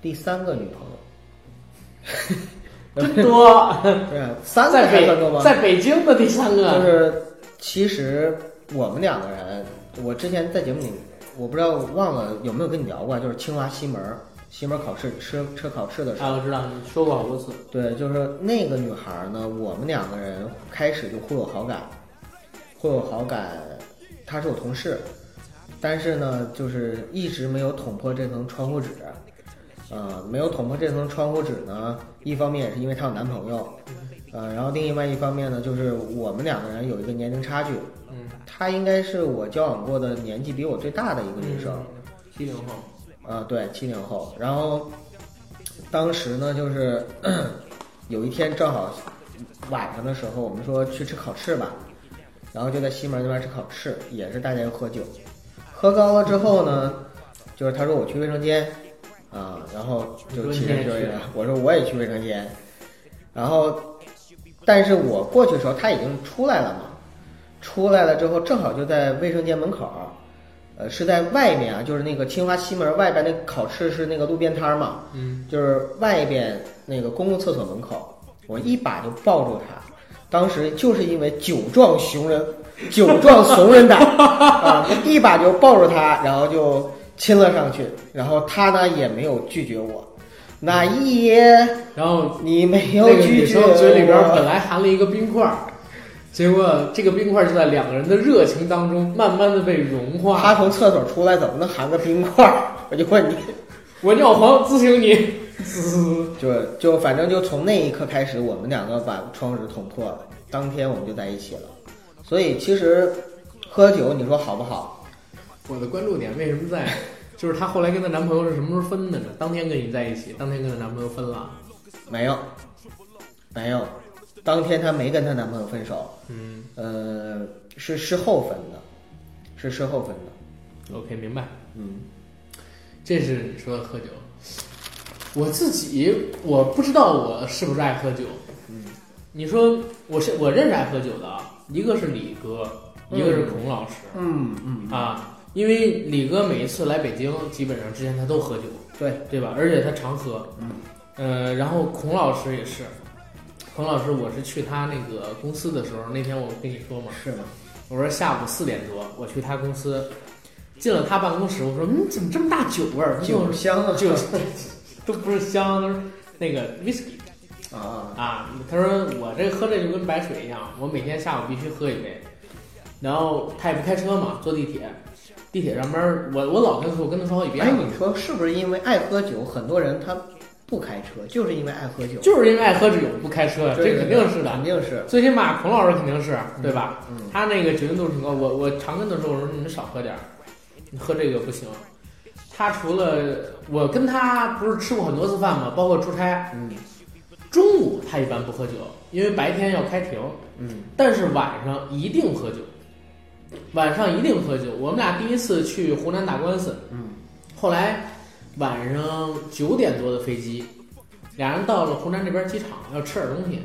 F: 第三个女朋友，
A: 真多，
F: 对啊，呃 [laughs] 三个
A: 在
F: 还算多吗
A: 北？在北京啊的第三个，
F: 就是其实我们两个人，我之前在节目里，我不知道忘了有没有跟你聊过，啊就是清华西门儿西门儿考试车车考试的时候，
A: 啊，我知道你说过好多次，
F: 对，就是那个女孩儿呢，我们两个人开始就互有好感，互有好感，她是我同事，但是呢，就是一直没有捅破这层窗户纸，呃，没有捅破这层窗户纸呢，一方面也是因为她有男朋友，呃，然后另外一方面呢，就是我们两个人有一个年龄差距，
A: 嗯，
F: 她应该是我交往过的年纪比我最大的一个女生，
A: 嗯七零后，
F: 啊，对，七零后。然后当时呢，就是 [clears throat] 有一天正好晚上的时候，我们说去吃烤翅吧，然后就在西门那边吃烤翅，也是大家又喝酒，喝高了之后呢，就是他说我去卫生间啊，然后就起身就
A: 你说你也
F: 是
A: 去，
F: 我说我也去卫生间，然后但是我过去的时候他已经出来了嘛，出来了之后正好就在卫生间门口儿。呃，是在外面啊，就是那个清华西门外边那烤翅是那个路边摊儿嘛，
A: 嗯，
F: 就是外边那个公共厕所门口，我一把就抱住他。当时就是因为酒壮熊人， [laughs] 酒壮怂人胆啊，一把就抱住他，然后就亲了上去，然后他呢也没有拒绝我。那一爷，
A: 然后
F: 你没有
A: 那个女
F: 拒绝
A: 生
F: 我。
A: 嘴里边本来含了一个冰块儿，结果这个冰块儿就在两个人的热情当中慢慢的被融
F: 他
A: 化。
F: 从厕所出来，怎么能含个冰块儿？我就问你，
A: 我尿黄，咨询你，滋
F: 就就反正就从那一刻开始，我们两个把窗纸捅破了，当天我们就在一起了。所以其实喝酒，你说好不好？
A: 我的关注点为什么在？就是她后来跟她男朋友是什么时候分的呢？当天跟你在一起，当天跟她男朋友分了。
F: 没有，没有，当天她没跟她男朋友分手，
A: 嗯
F: 呃，是事后分的，是事后分的。
A: ，OK，明白。
F: 嗯，
A: 这是你说的喝酒。我自己我不知道我是不是爱喝酒。
F: 嗯，
A: 你说我是我认识爱喝酒的啊，一个是李哥，一个是孔老师、
F: 嗯嗯，
A: 啊。因为李哥每一次来北京，基本上之前他都喝酒，
F: 对，
A: 对吧？而且他常喝。
F: 嗯，
A: 呃，然后孔老师也是，孔老师我是去他那个公司的时候，那天我跟你说嘛，
F: 是的，
A: 我说下午四点多我去他公司，进了他办公室，我说嗯，怎么这么大酒味儿？他跟我
F: 酒
A: 说
F: 香啊，
A: 就 [laughs] 都不是香，都是那个 whisky
F: 啊，
A: 啊。他说我这喝这就跟白水一样，我每天下午必须喝一杯。然后他也不开车嘛，坐地铁，地铁上边儿我我老跟他说，我跟他说好几遍
F: 哎，
A: 了，
F: 你说是啊不是因为爱喝酒，很多人他不开车，就是因为爱喝酒，
A: 就是因为爱喝酒不开车，
F: 对
A: 这肯定是的
F: 肯。定是，
A: 最起码孔老师肯定是对吧？
F: 嗯，
A: 他那个酒精度数挺高，我我常跟他说，我说你们少喝点儿，你喝这个不行。他除了我跟他不是吃过很多次饭嘛，包括出差，
F: 嗯
A: 中午他一般不喝酒，因为白天要开庭，
F: 嗯
A: 但是晚上一定喝酒，晚上一定喝酒。我们俩第一次去湖南打官司，
F: 嗯，
A: 后来晚上九点多的飞机，俩人到了湖南这边机场要吃点东西，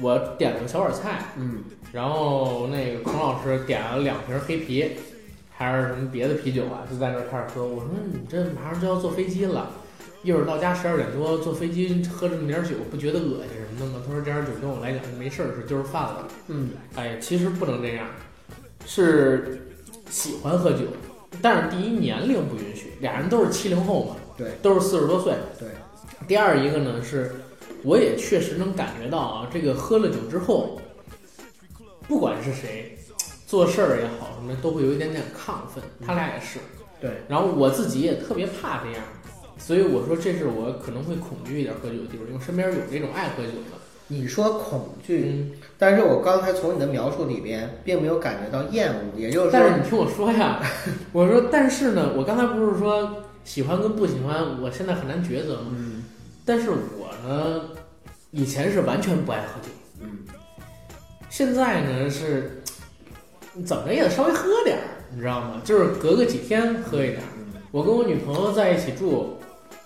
A: 我点了个小碗菜，
F: 嗯
A: 然后那个孔老师点了两瓶黑啤，还是什么别的啤酒啊，就在那儿开始喝。我说你这马上就要坐飞机了，一会儿到家十二点多坐飞机喝这么点儿酒，不觉得恶心什么的吗？他说这点儿酒跟我来讲没事儿，是就是饭了。
F: 嗯，
A: 哎，其实不能这样，是喜欢喝酒，但是第一年龄不允许，俩人都是七零后嘛，
F: 对
A: 都是四十多岁。
F: 对，
A: 第二一个呢是，我也确实能感觉到啊，这个喝了酒之后，不管是谁，做事儿也好什么，都会有一点点亢奋。他俩也是，
F: 对，
A: 然后我自己也特别怕这样，所以我说这是我可能会恐惧一点喝酒的地方，因为身边有这种爱喝酒的。
F: 你说恐惧，
A: 嗯，
F: 但是我刚才从你的描述里边，并没有感觉到厌恶，也就是
A: 但是
F: 说，
A: 你听我说呀， [laughs] 我说但是呢，我刚才不是说喜欢跟不喜欢，我现在很难抉择嘛。
F: 嗯
A: 但是我呢，以前是完全不爱喝酒。
F: 嗯
A: 现在呢是，怎么着也得稍微喝点儿，你知道吗？就是隔个几天喝一点儿。
F: 嗯，
A: 我跟我女朋友在一起住，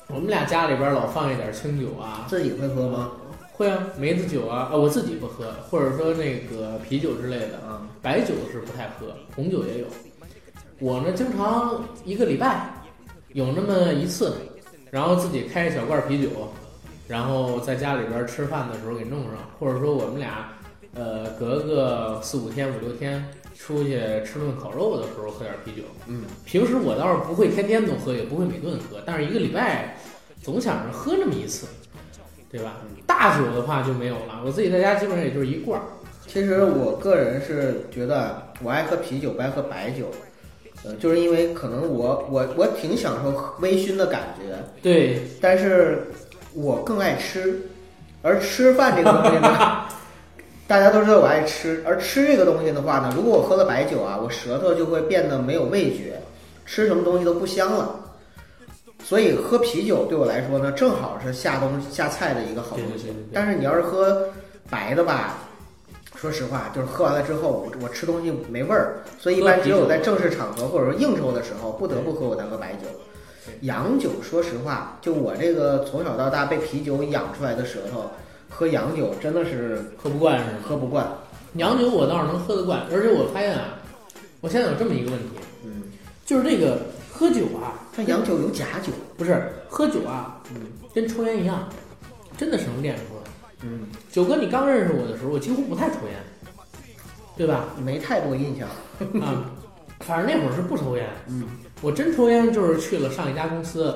A: 我们俩家里边儿老放一点儿清酒啊，
F: 自己会喝吗？
A: 会啊，梅子酒啊，啊，我自己不喝，或者说那个啤酒之类的，
F: 啊，
A: 白酒是不太喝，红酒也有。我呢，经常一个礼拜有那么一次，然后自己开一小罐啤酒，然后在家里边吃饭的时候给弄上，或者说我们俩，呃，隔个四五天、五六天出去吃顿烤肉的时候喝点啤酒。
F: 嗯，
A: 平时我倒是不会天天都喝，也不会每顿喝，但是一个礼拜总想着喝那么一次，对吧？大酒的话就没有了，我自己在家基本上也就是一罐儿。
F: 其实我个人是觉得啊我爱喝啤酒，不爱喝白酒，呃，就是因为可能我我我挺享受喝微醺的感觉，
A: 对，
F: 但是我更爱吃，而吃饭这个东西呢，大家都知道我爱吃，而吃这个东西的话呢，如果我喝了白酒啊，我舌头就会变得没有味觉，吃什么东西都不香了。所以喝啤酒对我来说呢，正好是下东下菜的一个好东
A: 对
F: 西。
A: 对对对对
F: 但是你要是喝白的吧，说实话，就是喝完了之后，我我吃东西没味儿，所以一般只有在正式场合或者说应酬的时候，不得不喝我才喝白酒。洋酒，说实话，就我这个从小到大被啤酒养出来的舌头，喝洋酒真的是
A: 喝不惯是吗？
F: 喝不惯。
A: 洋酒我倒是能喝得惯，而且我发现啊，我现在有这么一个问题，
F: 嗯，
A: 就是这个喝酒啊，
F: 但洋酒有假酒。
A: 不是喝酒啊，
F: 嗯
A: 跟抽烟一样，真的是能练出来。
F: 嗯，
A: 九哥，你刚认识我的时候，我几乎不太抽烟，对吧？
F: 没太多印象。
A: 啊，反正那会儿是不抽烟。
F: 嗯，
A: 我真抽烟就是去了上一家公司，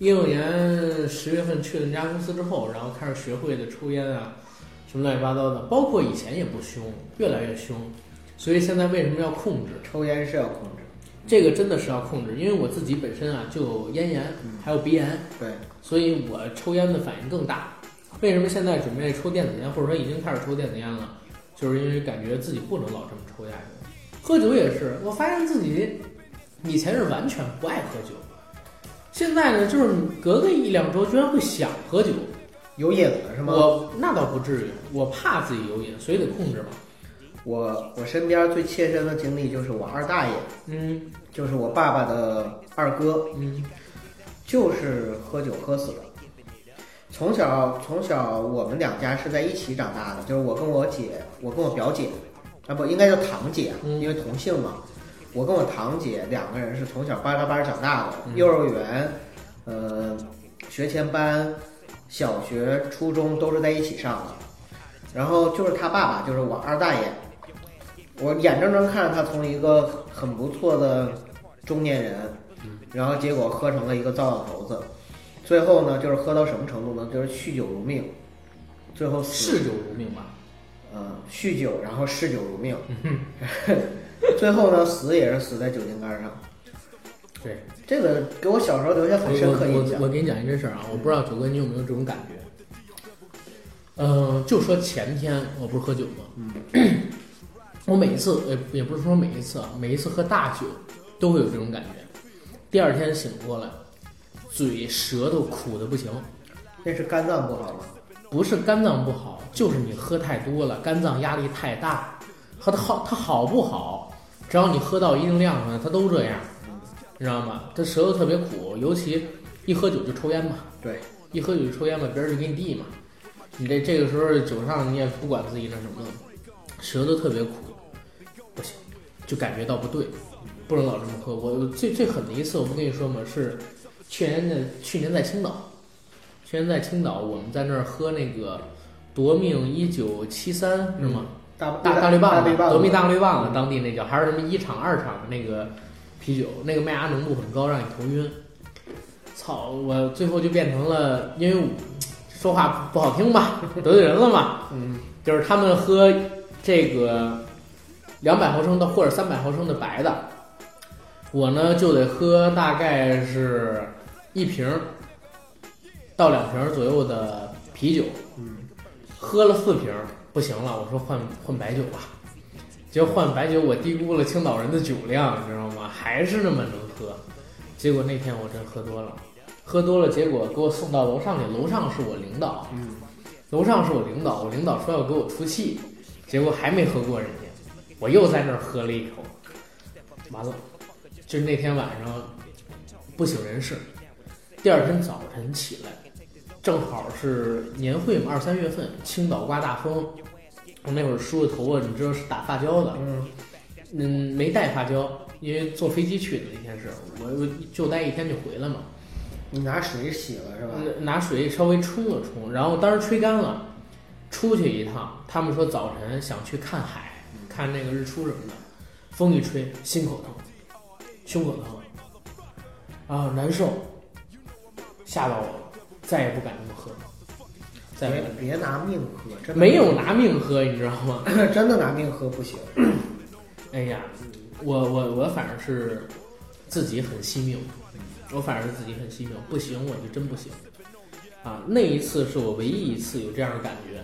A: 一六年十月份去了那家公司之后，然后开始学会的抽烟啊，什么乱七八糟的，包括以前也不凶，越来越凶，所以现在为什么要控制？
F: 抽烟是要控制。
A: 这个真的是要控制，因为我自己本身啊就有咽炎，还有鼻炎，
F: 对，
A: 所以我抽烟的反应更大。为什么现在准备抽电子烟，或者说已经开始抽电子烟了？就是因为感觉自己不能老这么抽下去。喝酒也是，我发现自己以前是完全不爱喝酒，现在呢，就是隔个一两周居然会想喝酒。
F: 有瘾了是吗？
A: 我那倒不至于，我怕自己有瘾，所以得控制嘛。
F: 我我身边最切身的经历就是我二大爷，
A: 嗯
F: 就是我爸爸的二哥，
A: 嗯
F: 就是喝酒喝死了。从小从小我们两家是在一起长大的，就是我跟我姐，我跟我表姐，啊不应该叫堂姐，
A: 嗯
F: 因为同姓嘛。我跟我堂姐两个人是从小巴拉巴拉长大的，
A: 嗯
F: 幼儿园，呃，学前班、小学、初中都是在一起上的。然后就是他爸爸，就是我二大爷，我眼睁睁看着他从一个很不错的中年人，然后结果喝成了一个糟老头子。最后呢，就是喝到什么程度呢？就是酗酒如命，最后死
A: 嗜酒如命吧。
F: 呃酗酒，然后嗜酒如命，
A: 嗯
F: [laughs] 最后呢死也是死在酒精肝上。
A: 对，
F: 这个给我小时候留下很深刻印
A: 我我我
F: 象。
A: 给你讲一真事儿啊，我不知道九哥你有没有这种感觉。嗯、就说前天我不是喝酒吗？嗯，我每一次也也不是说每一次啊，每一次喝大酒都会有这种感觉。第二天醒过来，嘴舌头苦的不行，
F: 那是肝脏不好吗？
A: 不是肝脏不好，就是你喝太多了，肝脏压力太大。它它好它好不好？只要你喝到一定量上，它都这样，你知道吗？这舌头特别苦，尤其一喝酒就抽烟嘛，
F: 对，
A: 一喝酒就抽烟嘛，别人就给你递嘛。你这这个时候酒上你也不管自己那什么了，舌头特别苦，不行，就感觉到不对，不能老这么喝。我最最狠的一次，我不跟你说吗？是去年的去年在青岛，去年在青岛，我们在那儿喝那个夺命一九七三是吗？
F: 大
A: 大
F: 大
A: 绿棒
F: 大
A: 子
F: 绿，棒
A: 夺命
F: 子，
A: 大绿棒子，当地那叫还是什么一厂二厂的那个啤酒，那个麦芽浓度很高，让你头晕。操！我最后就变成了，因为我说话不好听吧，得罪人了嘛。
F: 嗯，
A: 就是他们喝这个两百毫升的或者三百毫升的白的，我呢就得喝大概是一瓶儿到两瓶儿左右的啤酒。
F: 嗯，
A: 喝了四瓶儿不行了，我说换换白酒吧。结果换白酒，我低估了青岛人的酒量，你知道吗？还是那么能喝。结果那天我真喝多了，喝多了，结果给我送到楼上去，楼上是我领导，
F: 嗯，
A: 楼上是我领导，我领导说要给我出气，结果还没喝过人家，我又在那儿喝了一口，完了，就是那天晚上不省人事，第二天早晨起来，正好是年会嘛，二三月份，青岛刮大风，我那会儿梳着头发，你知道是打发胶的，
F: 嗯，
A: 嗯，没带发胶，因为坐飞机去的那天是，我我就待一天就回来嘛，嗯
F: 你拿水洗了是吧？
A: 拿拿水稍微冲了冲，然后当时吹干了，出去一趟，他们说早晨想去看海，看那个日出什么的，风一吹，心口疼，胸口疼，啊难受，吓到我了，再也不敢这么喝了，再也
F: 别
A: 不敢
F: 别拿命喝，真的
A: 没有拿命喝，你知道吗？
F: 真的拿命喝不行。
A: 哎呀，我我我反正是自己很惜命，我反正是自己很惜命，不行我就真不行啊！那一次是我唯一一次有这样的感觉。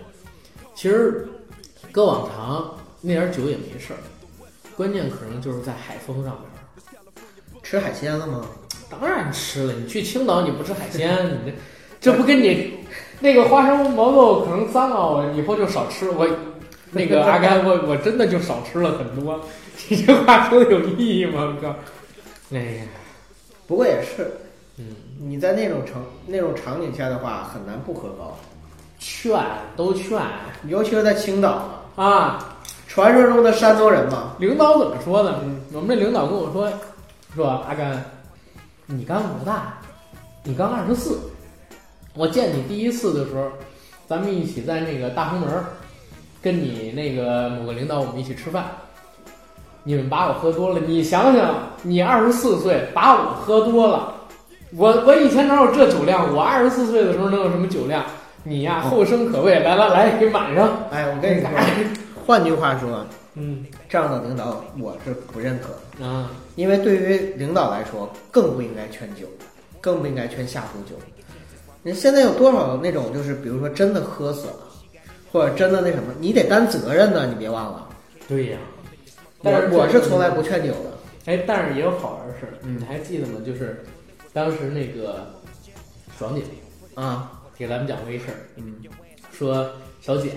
A: 其实搁往常那点儿酒也没事儿，关键可能就是在海风上面儿。
F: 吃海鲜了吗？
A: 当然吃了，你去青岛你不吃海鲜，你这 [laughs] 这不跟你那个花生毛豆可能脏了，我以后就少吃我。 [laughs] 那个阿甘，我 [laughs] 我真的就少吃了很多，你这话说的有意义吗？我靠！哎呀，
F: 不过也是，
A: 嗯，
F: 你在那种场那种场景下的话，很难不喝高，
A: 劝都劝
F: 尤其是在青岛，
A: 啊！
F: 传说中的山东人嘛。
A: 领导怎么说的？我们这领导跟我说，说阿甘，你刚多大？你刚二十四。我见你第一次的时候，咱们一起在那个大红门儿，跟你那个某个领导我们一起吃饭，你们把我喝多了。你想想，你二十四岁把我喝多了，我我以前哪有这酒量？我二十四岁的时候能有什么酒量？你呀，后生可畏。来来来，给满上。
F: 哎，我跟你说， [laughs] 换句话说，
A: 嗯
F: 这样的领导我是不认可的，
A: 啊，
F: 因为对于领导来说，更不应该劝酒，更不应该劝下属酒。人现在有多少那种就是，比如说真的喝死了，或者真的那什么，你得担责任呢，你别忘了。
A: 对呀、
F: 我
A: 但是
F: 我
A: 这
F: 是从来不劝酒的。
A: 哎，但是也有好玩的事儿，
F: 嗯
A: 你还记得吗？就是当时那个爽姐
F: 啊，
A: 给咱们讲过一事儿，
F: 嗯
A: 说小简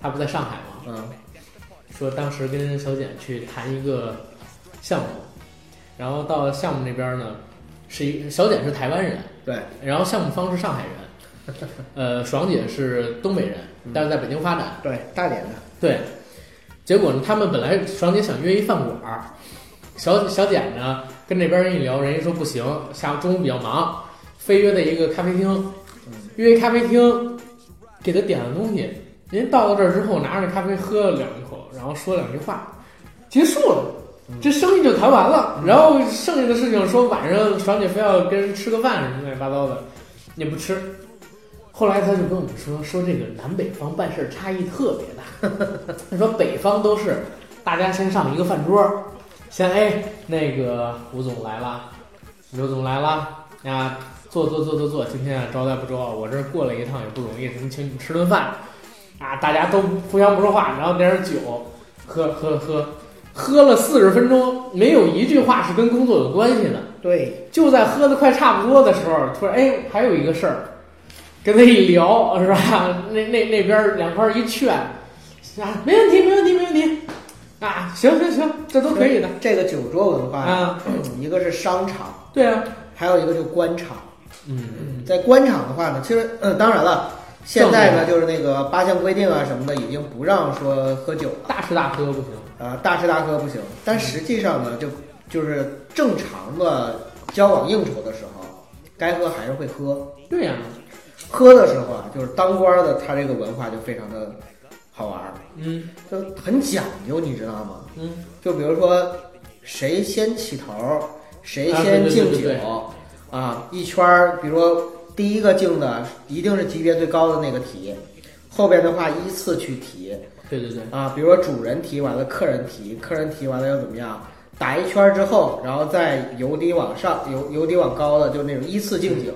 A: 她不在上海吗？
F: 嗯
A: 说当时跟小简去谈一个项目，然后到项目那边呢，是一小简是台湾人，
F: 对，
A: 然后项目方是上海人， [laughs] 呃，爽姐是东北人，但是在北京发展。
F: 对，大连的，
A: 对，结果呢，他们本来爽姐想约一饭馆儿，小小简呢跟那边人一聊，人家说不行，下午中午比较忙，非约在一个咖啡厅，约一咖啡厅，给他点了东西，人家到了这儿之后，拿着那咖啡喝了两口，然后说两句话，结束了。这生意就谈完了，然后剩下的事情说晚上爽姐非要跟人吃个饭什么乱七八糟的，也不吃。后来他就跟我们说，说这个南北方办事儿差异特别大，他说北方都是大家先上一个饭桌儿，先哎那个吴总来啦，刘总来啦，啊坐坐坐坐坐，今天啊招待不周啊，我这儿过来一趟也不容易，什么请你们吃顿饭，啊大家都互相不说话，然后点点酒，喝喝喝，喝了四十分钟，没有一句话是跟工作有关系的，
F: 对，
A: 就在喝的快差不多的时候，突然哎，还有一个事儿，跟他一聊是吧？那那那边儿两块儿一劝，啊，没问题，没问题，没问题，啊，行行行，这
F: 哦
A: 都可以的
F: 这个酒桌文化，
A: 啊，
F: 一个是商场，
A: 对啊，
F: 还有一个就是官场。
A: 嗯，
F: 在官场的话呢，其实嗯，当然了，现在呢就是那个八项规定啊什么的，已经不让说喝酒了
A: 大吃大喝不行，
F: 啊、大吃大喝不行。但实际上呢，就就是正常的交往应酬的时候，该喝还是会喝。
A: 对啊呀、
F: 喝的时候啊，就是当官的他这个文化就非常的好玩儿，
A: 嗯
F: 就很讲究，你知道吗？
A: 嗯，
F: 就比如说谁先起头儿，谁
A: 啊对
F: 先
A: 对
F: 敬
A: 对
F: 酒
A: 对
F: 啊，一圈儿，比如说第一个敬的一定是级别最高的那个提，后边的话依次去提
A: 对对对，
F: 啊，比如说主人提完了，客人提，客人提完了又怎么样？打一圈儿之后，然后再由低往上，由由低往高的，就那种依次敬酒。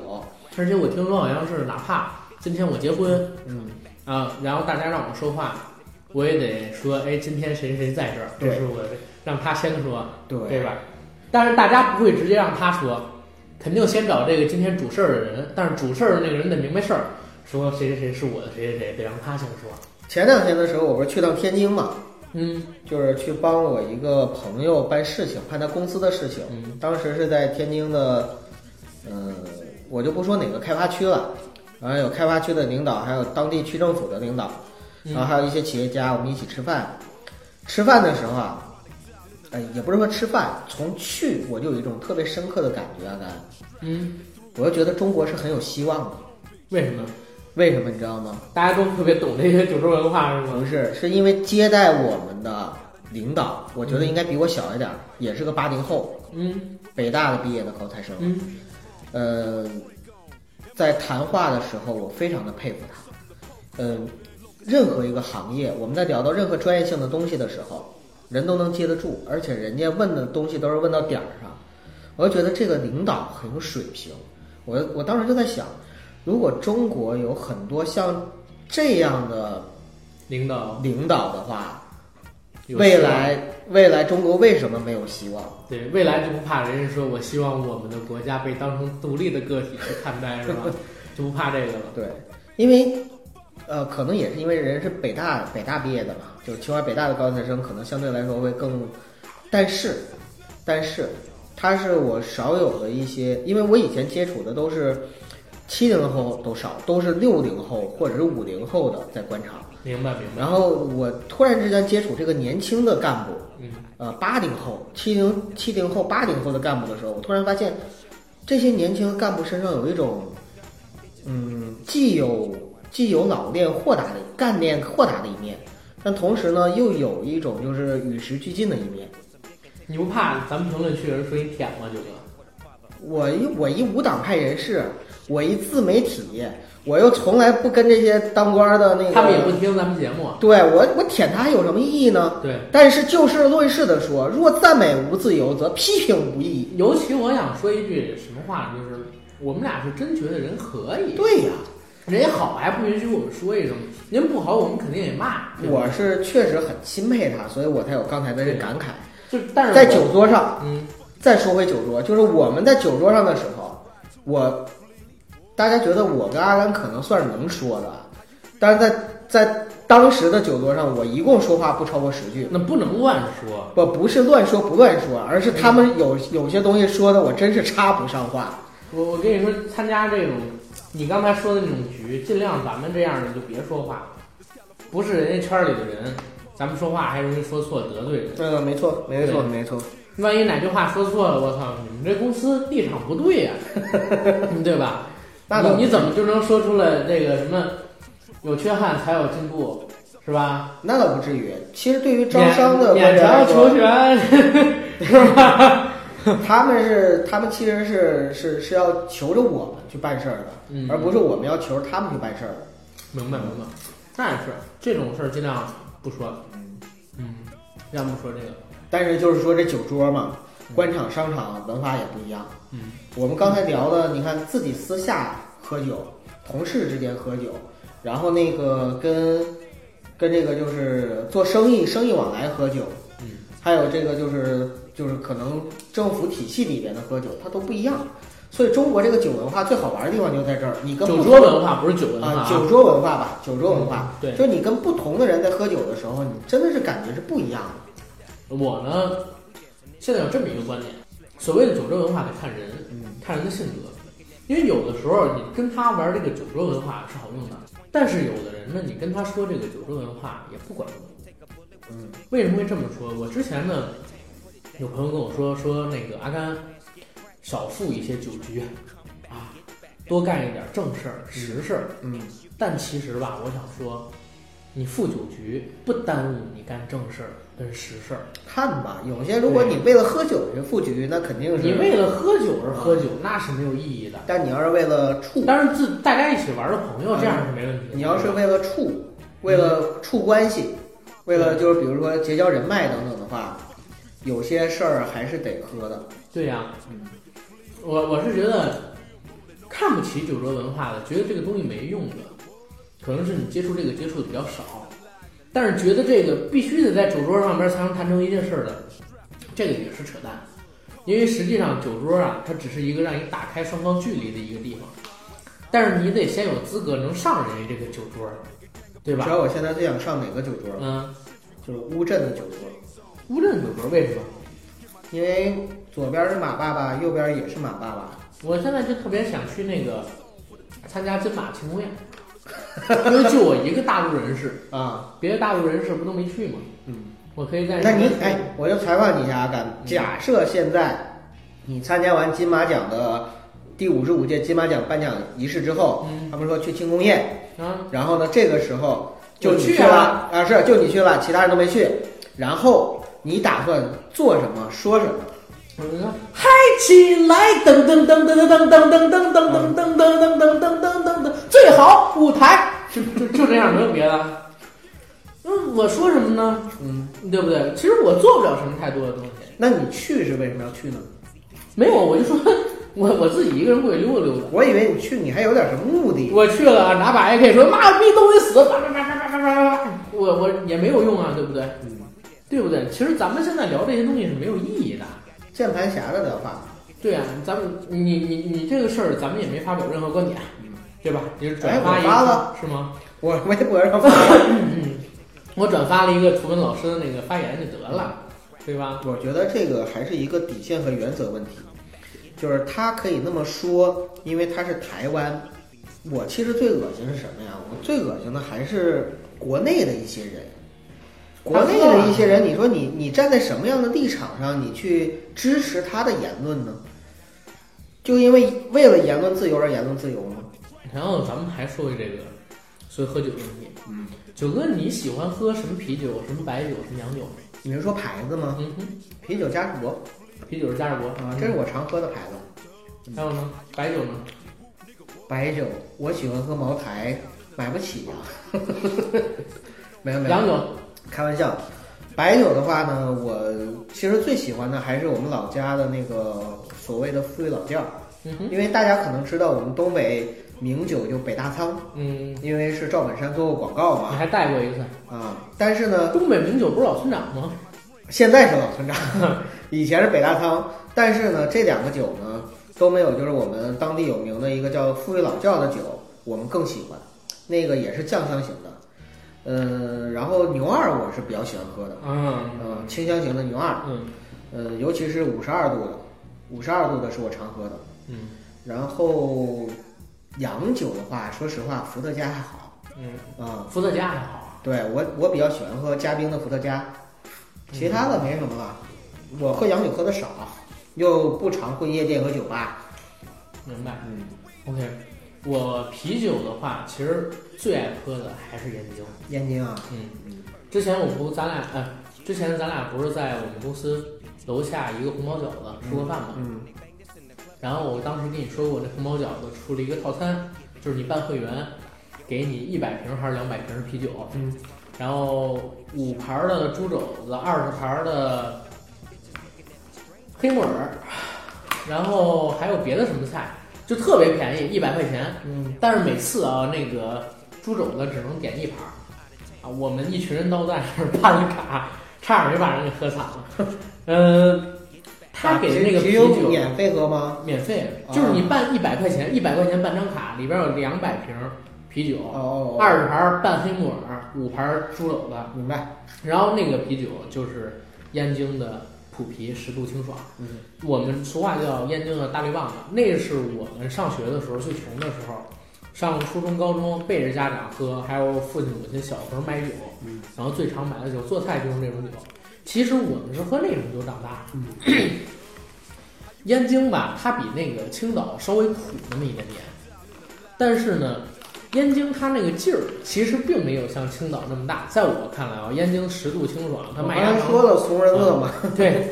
A: 而且我听说好像是哪怕今天我结婚
F: 嗯，
A: 啊，然后大家让我说话，我也得说，哎，今天谁谁在这儿，这
F: 对
A: 是我让他先说，
F: 对
A: 对吧？但是大家不会直接让他说，肯定先找这个今天主事儿的人，但是主事儿的那个人得明白事儿，说谁谁谁是我的谁谁谁，得让他先说。
F: 前两天的时候，我不是去趟天津嘛，
A: 嗯
F: 就是去帮我一个朋友办事情，办他公司的事情。
A: 嗯
F: 当时是在天津的，呃，我就不说哪个开发区了，然后有开发区的领导，还有当地区政府的领导，然后还有一些企业家，我们一起吃饭。吃饭的时候啊，哎，也不是说吃饭，从去我就有一种特别深刻的感觉啊，咱，
A: 嗯，
F: 我就觉得中国是很有希望的。
A: 为什么？
F: 为什么你知道吗？
A: 大家都特别懂这些酒桌文化是
F: 不
A: 吗？
F: 是，是因为接待我们的领导，我觉得应该比我小一点儿，也是个八零后，
A: 嗯
F: 北大的毕业的高材生。
A: 嗯
F: 呃，在谈话的时候，我非常的佩服他。嗯、任何一个行业，我们在聊到任何专业性的东西的时候，人都能接得住，而且人家问的东西都是问到点儿上。我就觉得这个领导很有水平。我我当时就在想，如果中国有很多像这样的
A: 领导
F: 领导的话，
A: 有
F: 未
A: 希望
F: 来未来中国为什么没有希望？
A: 对未来就不怕人家说我希望我们的国家被当成独立的个体去看待是吧？就不怕这个了。
F: 对，因为呃，可能也是因为人是北大北大毕业的嘛，就是清华北大的高材生，可能相对来说会更，但是但是他是我少有的一些，因为我以前接触的都是七零后都少，都是六零后或者是五零后的在官场，
A: 明白明白。
F: 然后我突然之间接触这个年轻的干部，
A: 嗯
F: 呃八零后、七零七零后、八零后的干部的时候，我突然发现，这些年轻干部身上有一种，嗯，既有既有老练豁达的干练豁达的一面，但同时呢，又有一种就是与时俱进的一面。
A: 你不怕咱们评论区有人说你舔吗？九哥？
F: 我一我一无党派人士，我一自媒体，我又从来不跟这些当官的那个，
A: 他们也不听咱们节目。啊
F: 对我我舔他有什么意义呢？
A: 对，
F: 但是就事论事的说，若赞美无自由，则批评无意义。
A: 尤其我想说一句什么话，就是我们俩是真觉得人可以，
F: 对呀、
A: 人好还不允许我们说一声，人不好我们肯定也骂。对吧
F: 我是确实很钦佩他，所以我才有刚才的这感慨。
A: 就但是
F: 在
A: 我
F: 酒桌上，
A: 嗯
F: 再说回酒桌，就是我们在酒桌上的时候，我大家觉得我跟阿甘可能算是能说的，但是在在当时的酒桌上，我一共说话不超过十句。
A: 那不能乱说，
F: 我不是乱说不乱说，而是他们有有些东西说的我真是插不上话。
A: 我我跟你说，参加这种你刚才说的那种局，尽量咱们这样的就别说话，不是人家圈里的人，咱们说话还容易说错得罪人。
F: 嗯，没错，没错，
A: 对
F: 没错。
A: 万一哪句话说错了，我操，你们这公司立场不对
F: [laughs]
A: 呀、嗯对吧？
F: 那倒
A: 你你怎么就能说出来这个什么有缺憾才有进步，是吧？
F: 那倒不至于。其实对于招商
A: 勉
F: 的观
A: 勉
F: 点来
A: 强求
F: 说，
A: 全， [laughs] 是吧？
F: [laughs] 他们是他们其实是是是要求着我们去办事儿的，
A: 嗯
F: 而不是我们要求着他们去办事儿的。
A: 明白明白，那也是这种事儿尽量不说，嗯，尽量不说这个，
F: 但是就是说这酒桌嘛，官场、商场文化也不一样。
A: 嗯，
F: 我们刚才聊的，你看自己私下喝酒，同事之间喝酒，然后那个跟跟这个就是做生意、生意往来喝酒，
A: 嗯，
F: 还有这个就是就是可能政府体系里边的喝酒，它都不一样。所以中国这个酒文化最好玩的地方就在这儿，你跟不
A: 酒
F: 同
A: 桌文化不是酒文化
F: 啊，酒桌文化吧，酒桌文化，
A: 嗯对
F: 就是你跟不同的人在喝酒的时候，你真的是感觉是不一样的。
A: 我呢，现在有这么一个观点，所谓的酒桌文化得看人，
F: 嗯
A: 看人的性格，因为有的时候你跟他玩这个酒桌文化是好用的，但是有的人呢，你跟他说这个酒桌文化也不管用。
F: 嗯，
A: 为什么会这么说？我之前呢，有朋友跟我说说那个阿甘，少赴一些酒局，啊，多干一点正事儿、实事儿。
F: 嗯，
A: 但其实吧，我想说，你赴酒局不耽误你干正事儿跟实事儿。
F: 看吧，有些如果你为了喝酒去赴局，那肯定是
A: 你为了喝酒而喝酒，那是没有意义的。
F: 但你要是为了处，
A: 当然，自大家一起玩的朋友，这样是没问题的。
F: 嗯你要是为了处，为了处关系，为
A: 嗯
F: 了就是比如说结交人脉等等的话，有些事儿还是得喝的。
A: 对呀、我我是觉得看不起酒桌文化的，觉得这个东西没用的，可能是你接触这个接触的比较少，但是觉得这个必须得在酒桌上边才能谈成一件事儿的，这个也是扯淡。因为实际上酒桌啊，它只是一个让你打开双方距离的一个地方，但是你得先有资格能上人家这个酒桌，对
F: 你知
A: 吧？
F: 道我现在最想上哪个酒桌吗？
A: 嗯，
F: 就是乌镇的酒桌，
A: 乌镇酒桌为什么？
F: 因为左边是马爸爸，右边也是马爸爸。
A: 我现在就特别想去那个参加金马庆功宴，因为就我一个大陆人士，
F: 啊，
A: 别的大陆人士不都没去吗？
F: 嗯，
A: 我可以在
F: 那你哎，，我就采访你一下阿甘，
A: 嗯
F: 假设现在你参加完金马奖的第五十五届金马奖颁奖仪式之后，
A: 嗯
F: 他们说去庆功宴，
A: 啊，
F: 然后呢，这个时候就你
A: 我去
F: 了
A: 啊
F: 啊，是就你去了，其他人都没去。然后你打算做什么，说什么？
A: 我就说嗨起来，噔噔噔噔噔噔噔噔噔噔噔噔噔噔噔噔噔噔，最好舞台就就就这样，没有别的。嗯，我说什么呢？
F: 嗯，
A: 对不对？其实我做不了什么太多的东西，
F: 那你去是为什么要去呢？
A: 没有，我就说我我自己一个人过去溜达溜达。
F: 我以为你去你还有点什么目的。
A: 我去了，拿把 AK 说妈逼都得死，叭叭叭叭叭叭叭叭，我我也没有用啊，对不对？
F: 嗯
A: 对不对？其实咱们现在聊这些东西是没有意义的。
F: 键盘侠的聊法，
A: 对啊，咱们你你你这个事儿，咱们也没发表任何观点，对吧？你是转发
F: 哎
A: 一个、
F: 我发了
A: 是吗？
F: 我微博上发，
A: 我转发了一个图文老师的那个发言就得了，对吧？
F: 我觉得这个还是一个底线和原则问题，就是他可以那么说，因为他是台湾。我其实最恶心是什么呀？我最恶心的还是国内的一些人。国内的一些人，你说你你站在什么样的立场上，你去支持他的言论呢？就因为为了言论自由而言论自由吗？
A: 然后咱们还说回这个，所以喝酒的问题。嗯，九哥，你喜欢喝什么啤酒？什么白酒？什么洋酒？
F: 你是说牌子吗？
A: 嗯哼，
F: 啤酒加士伯啊
A: 啤酒是嘉士伯
F: 啊，这是我常喝的牌子。
A: 还有呢，白酒呢？
F: 白酒，我喜欢喝茅台，买不起呀、 [laughs] 没有没有，
A: 洋酒，
F: 开玩笑。白酒的话呢，我其实最喜欢的还是我们老家的那个所谓的富裕老窖，
A: 嗯哼，
F: 因为大家可能知道我们东北名酒就北大仓，
A: 嗯，
F: 因为是赵本山做过广告
A: 你
F: 嘛
A: 还带过一次。
F: 啊。但是呢，
A: 东北名酒不是老村长吗？
F: 现在是老村长， [laughs] 以前是北大仓，但是呢，这两个酒呢都没有，就是我们当地有名的一个叫富裕老窖的酒，我们更喜欢，那个也是酱香型的，嗯、然后牛二我是比较喜欢喝的，
A: 嗯
F: 嗯、清香型的牛二，
A: 嗯
F: 呃，尤其是五十二度的，五十二度的是我常喝的，
A: 嗯
F: 然后洋酒的话，说实话，伏特加还好，
A: 嗯，
F: 啊、
A: 伏特加还好。
F: 对我我比较喜欢喝加冰的伏特加，其他的没什么了。我喝洋酒喝的少，又不常混夜店和酒吧。
A: 明白。
F: 嗯，
A: OK，我啤酒的话，其实最爱喝的还是燕京。
F: 燕京啊，
A: 嗯，之前我不咱俩，哎，之前咱俩不是在我们公司楼下一个红包饺子吃过饭吗？
F: 嗯，
A: 然后我当时跟你说过，这红包饺子出了一个套餐，就是你办会员，给你一百瓶还是两百瓶啤酒，
F: 嗯，
A: 然后五盘儿的猪肘子，二十盘儿的黑木耳，然后还有别的什么菜，就特别便宜，一百块钱。
F: 嗯，
A: 但是每次啊，那个猪肘子只能点一盘儿啊，我们一群人都在那儿办了卡，差点没把人给喝惨了。 [laughs] 嗯，他给的那个
F: 啊只
A: 啤
F: 有
A: 酒
F: 免费喝吗？
A: 免费，
F: 啊
A: 就是你办一百块钱，一百块钱办张卡，里边有两百瓶啤酒，
F: 哦，
A: 二十盘半黑木耳，五盘猪肘子，
F: 明白。
A: 然后那个啤酒就是燕京的普啤，十度清爽。
F: 嗯，
A: 我们俗话叫燕京的大绿棒子，那是我们上学的时候最穷的时候，上初中、高中背着家长喝，还有父亲母亲小时候买酒，
F: 嗯
A: 然后最常买的酒做菜就是那种酒。其实我们是喝那种酒长大的。燕京吧，它比那个青岛稍微苦那么一点点，但是呢，燕京它那个劲儿其实并没有像青岛那么大。在我看来啊，燕京十度清爽，它
F: 我
A: 麦
F: 刚
A: 芽
F: 才
A: 糖
F: 说了怂人乐嘛。
A: 对，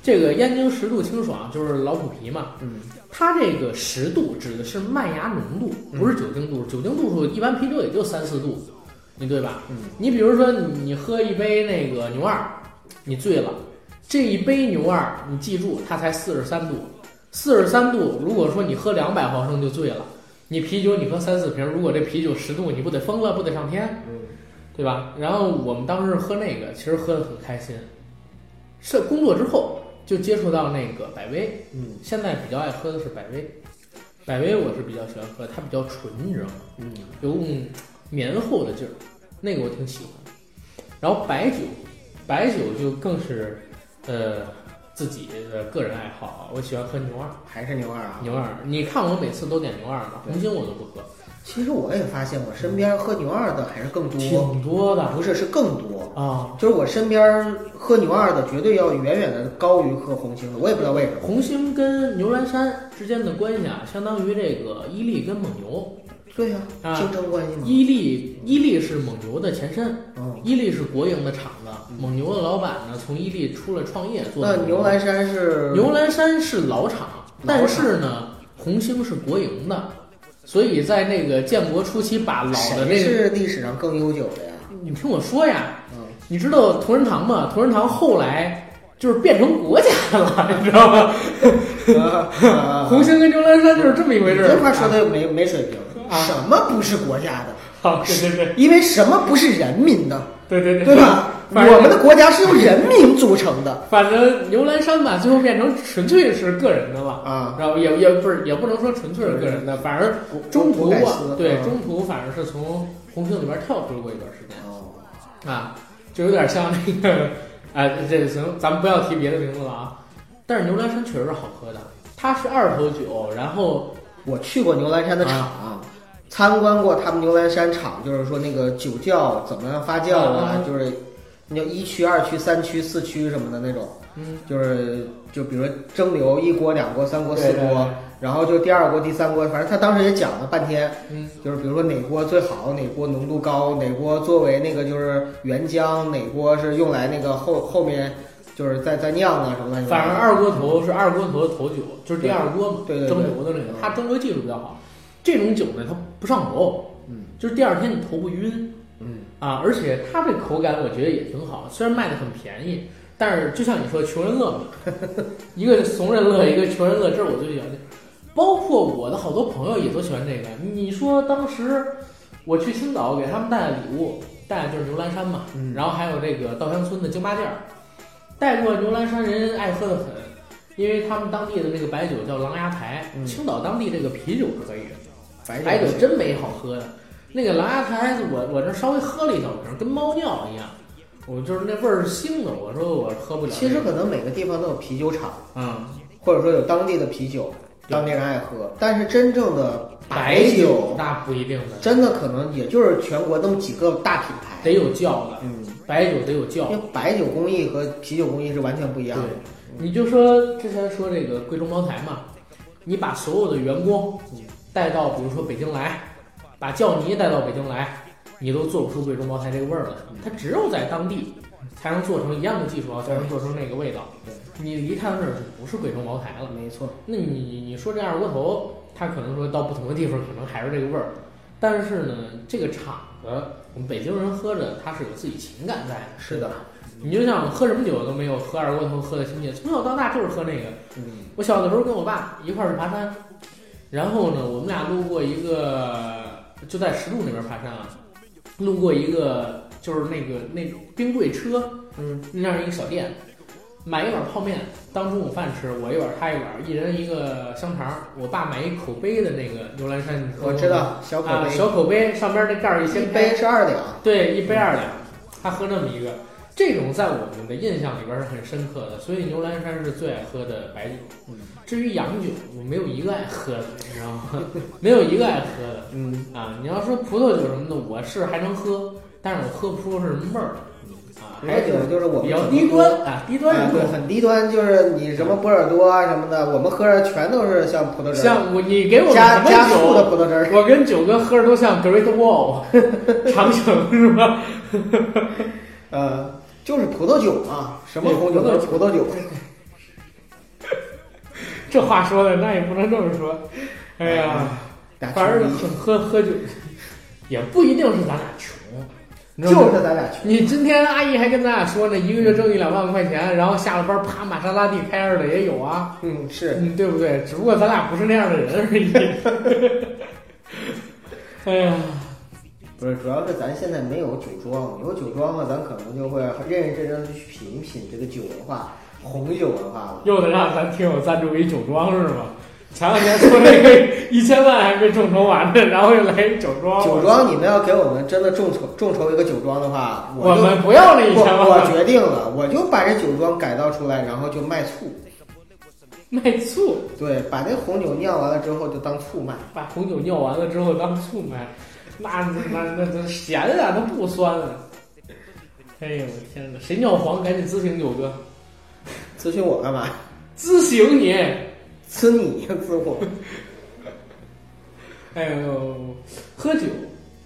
A: 这个燕京十度清爽就是老虎皮嘛，
F: 嗯，
A: 它这个十度指的是麦芽浓度，不是酒精度数。酒精度数一般啤酒也就三四度，你对吧？
F: 嗯，
A: 你比如说你你喝一杯那个牛二，你醉了，这一杯牛二你记住它才四十三度，四十三度如果说你喝两百毫升就醉了，你啤酒你喝三四瓶，如果这啤酒十度你不得疯了，不得上
F: 嗯
A: 天？对吧？然后我们当时喝那个，其实喝的很开心。是工作之后就接触到那个百威，
F: 嗯
A: 现在比较爱喝的是百威。百威我是比较喜欢喝，它比较纯，你知道吗？
F: 嗯
A: 有种绵厚的劲儿，那个我挺喜欢。然后白酒，白酒就更是，呃，自己的个人爱好。啊我喜欢喝牛二，
F: 还是牛二啊。
A: 牛二，你看我每次都点牛二嘛，红星我都不喝，
F: 其实我也发现，我身边喝牛二的还是更多，
A: 挺多的啊、
F: 不是是更多。就是我身边喝牛二的，绝对要远远的高于喝红星的，我也不知道为什么。
A: 红星跟牛栏山之间的关系啊，相当于这个伊利跟蒙牛。
F: 对呀、
A: 啊
F: 竞争关系嘛。
A: 伊利伊利是蒙牛的前身，
F: 嗯，
A: 伊利是国营的厂子，蒙牛的老板呢从伊利出来创业做
F: 那
A: 的蒙牛。
F: 牛栏山是
A: 牛栏山是老厂，
F: 老厂
A: 但是呢，红星是国营的，所以在那个建国初期把老的
F: 谁
A: 那个，
F: 是历史上更悠久的呀？
A: 你听我说呀，
F: 嗯，
A: 你知道同仁堂吗？同仁堂后来就是变成国家了，你知道
F: [laughs]
A: 吗？ [laughs] 红星跟牛栏山就是这么一回
F: 嗯啊你
A: 事儿。
F: 这话说的没没水平
A: 啊，
F: 什么不是国家的？
A: [laughs] 好，对对对。
F: 因为什么不是人民的，
A: 对对对
F: 对吧？
A: 反正
F: 我们的国家是由人民组成的。
A: 反正牛栏山吧，最后变成纯粹是个人的了
F: 啊
A: 然后也也不是也不能说纯粹是个人的，反而中途
F: 我改
A: 啊
F: 词，
A: 对
F: 嗯
A: 中途反而是从红星里边跳出过一段时间
F: 哦，
A: 啊，就有点像那个 [laughs] 啊，这行，咱们不要提别的名字了啊。但是牛栏山确实是好喝的，它是二头酒，然后
F: 我去过牛栏山的
A: 啊
F: 厂，参观过他们牛栏山厂，就是说那个酒窖怎么样发酵啊
A: 嗯，
F: 就是你要一区、二区、三区、四区什么的那种，
A: 嗯，
F: 就是就比如蒸馏一锅、两锅、三锅、四
A: 对对
F: 锅
A: 对，
F: 然后就第二锅、第三锅，反正他当时也讲了半天，
A: 嗯，
F: 就是比如说哪锅最好，哪锅浓度高，哪锅作为那个就是原浆，哪锅是用来那个后后面就是在在酿啊什么乱七八
A: 反
F: 糟
A: 正二锅头是二锅头的头酒，就是第二锅嘛，
F: 对对对
A: 蒸
F: 对
A: 馏的那个，它蒸馏技术比较好。这种酒呢，它不上头，嗯，就是第二天你头不晕，嗯啊，而且它这口感我觉得也挺好，虽然卖的很便宜，但是就像你说穷人乐嘛，一个怂人乐，一个穷人乐，这是我最喜欢的。包括我的好多朋友也都喜欢这个。你说当时我去青岛给他们带的礼物，带的就是牛栏山嘛，然后还有这个稻香村的京八件儿，带过牛栏山人爱喝的很，因为他们当地的那个白酒叫狼牙台，青岛当地这个啤酒可以，
F: 白
A: 白酒真没好喝的。那个狼牙台，我我这稍微喝了一小瓶，跟猫尿一样，我就是那味儿是腥的，我说我喝不了这
F: 其
A: 个。
F: 实可能每个地方都有啤酒厂，
A: 啊、
F: 或者说有当地的啤酒，当地人爱喝。但是真正的白
A: 白
F: 酒，
A: 那不一定的，
F: 真的可能也就是全国那么几个大品
A: 得
F: 牌，
A: 有窖的，
F: 嗯，
A: 白酒得有窖
F: 因。为白酒工艺和啤酒工艺是完全不一样的。
A: 对，你就说之前说这个贵州茅台嘛，你把所有的员工带到，比如说北京来，把教泥带到北京来，你都做不出贵州茅台这个味儿来。它只有在当地才能做成一样的技术啊，才能做成那个味道。你离开那儿就不是贵州茅台了。
F: 没错，
A: 那你你你说这二锅头，它可能说到不同的地方可能还是这个味儿，但是呢，这个厂子我们北京人喝着它是有自己情感在的。
F: 是的，
A: 你就像喝什么酒都没有喝二锅头喝的亲切，从小到大就是喝那个。
F: 嗯，
A: 我小的时候跟我爸一块儿去爬山，然后呢，我们俩路过一个，就在石柱那边爬山啊，路过一个就是那个那种冰柜车，
F: 嗯，
A: 那样一个小店，买一碗泡面当中午饭吃，我一碗他一碗，一人一个香肠。我爸买一口杯的那个牛栏山，你喝过
F: 我
A: 吗
F: 知道小口
A: 嗯啊，
F: 杯，
A: 小口杯上边那盖儿一掀
F: 一
A: 开
F: 杯是二两，
A: 对，一杯二两，
F: 嗯
A: 他喝那么一个，这种在我们的印象里边是很深刻的，所以牛栏山是最爱喝的白酒。
F: 嗯
A: 至于洋酒，我没有一个爱喝的，你知道吗？ [laughs] 没有一个爱喝的
F: 嗯，
A: 啊！你要说葡萄酒什么的，我是还能喝，但是我喝不出是什么味儿来啊。还
F: 白
A: 有
F: 酒就是我们
A: 比较
F: 只能
A: 低
F: 喝
A: 端啊，低端
F: 啊，
A: 人
F: 对，
A: 口。
F: 很低端，就是你什么波尔多啊什么的，我们喝着全都是像葡萄汁儿，
A: 像我，你给我们什
F: 加
A: 么
F: 加醋的
A: 酒？
F: 葡萄汁儿。
A: 我跟九哥喝着都像 Great Wall [laughs] 长城是吧？
F: 呃，就是葡萄酒嘛，什么
A: 对
F: 红酒
A: 葡萄
F: 都
A: 酒
F: 是葡萄酒。
A: 这话说的，那也不能这么说。 [laughs] 哎呀，
F: 打
A: 反正
F: 球
A: 喝喝 [laughs] 酒，也不一定是咱俩穷，你知道
F: 就
A: 吗
F: 是咱俩去，
A: 你今天阿姨还跟咱俩说呢，一个月挣一两万块钱，然后下了班啪玛莎拉蒂开着的也有啊，
F: 嗯，是
A: 嗯，对不对？只不过咱俩不是那样的人而已。 [laughs] 哎呀，
F: 不是？主要是咱现在没有酒庄，有酒庄了，咱可能就会认认真真的去品一品这个酒文化，红酒文化了。
A: 又得让咱听友赞助一酒庄是吗？前两天说那个一千万还没众筹完呢，然后又来一酒庄，
F: 酒庄，你们要给我们真的众筹众筹一个酒庄的话，
A: 我
F: 就
A: 们不要那一
F: 我
A: 千万，
F: 我决定了，我就把这酒庄改造出来，然后就卖醋。
A: 卖醋。
F: 对，把那红酒酿完了之后就当醋卖。
A: 把红酒酿完了之后当醋卖，那那那那咸啊，它不酸啊。哎呦我天哪，谁尿黄赶紧咨询九哥，
F: 咨询我干嘛？ [laughs]
A: 咨询你。
F: 咨你咨我。 [laughs]
A: 哎呦，喝酒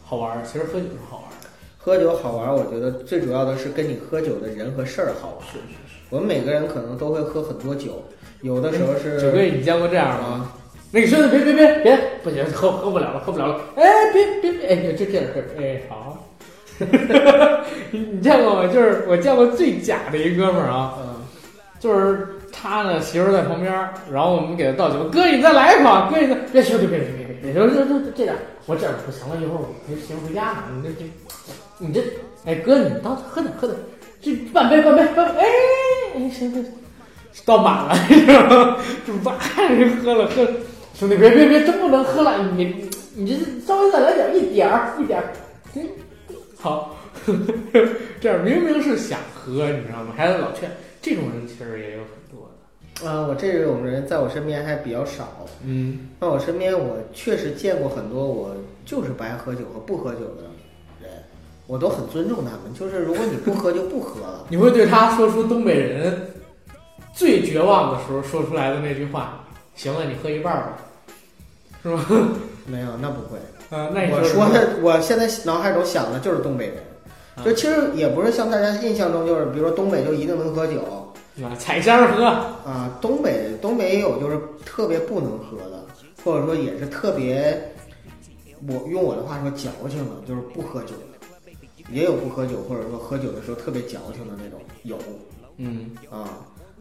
A: 好玩儿，其实喝酒是好玩儿的。
F: 喝酒好玩，我觉得最主要的是跟你喝酒的人和事儿好玩。
A: 是是
F: 我们每个人可能都会喝很多酒，有的时候是
A: 九哥，你见过这样吗？
F: 啊，
A: 那个兄弟，别别别别，不行，喝喝不了了，喝不了了。哎，别别别，哎，就这样事儿，哎，好。你你见过吗？就是我见过最假的一哥们儿啊，
F: 嗯，
A: 就是他呢，媳妇儿在旁边儿，然后我们给他倒酒，哥你再来一款，哥你再别兄弟别别别别别，就就就这点儿，我这样不行了，一会儿我陪媳妇儿回家呢，你这这你这，哎哥你倒喝点喝点，这半杯半杯半杯，哎哎行行行，倒满了， [laughs] 你知道吗？就哇喝了喝了，兄弟别别别，真不能喝了，你你这稍微再来点儿一点儿一点儿，嗯好， [laughs] 这样明明是想喝，你知道吗？还老劝，这种人其实也有很多的。
F: 啊，我这种人在我身边还比较少。
A: 嗯，，
F: 那我身边我确实见过很多我就是不爱喝酒和不喝酒的人，我都很尊重他们。就是如果你不喝就不喝了
A: 你会对他说出东北人最绝望的时候说出来的那句话：“行了，你喝一半吧。”是吧？
F: 没有那不会。
A: 啊，那你
F: 我
A: 说
F: 说
A: 什么啊
F: 的，我现在脑海中想的就是东北人，就其实也不是像大家印象中就是，比如说东北就一定能喝酒，
A: 是吧？采山而喝，
F: 啊，东北东北也有就是特别不能喝的，或者说也是特别，我用我的话说矫情的，就是不喝酒的，也有不喝酒或者说喝酒的时候特别矫情的那种有
A: 嗯，
F: 啊。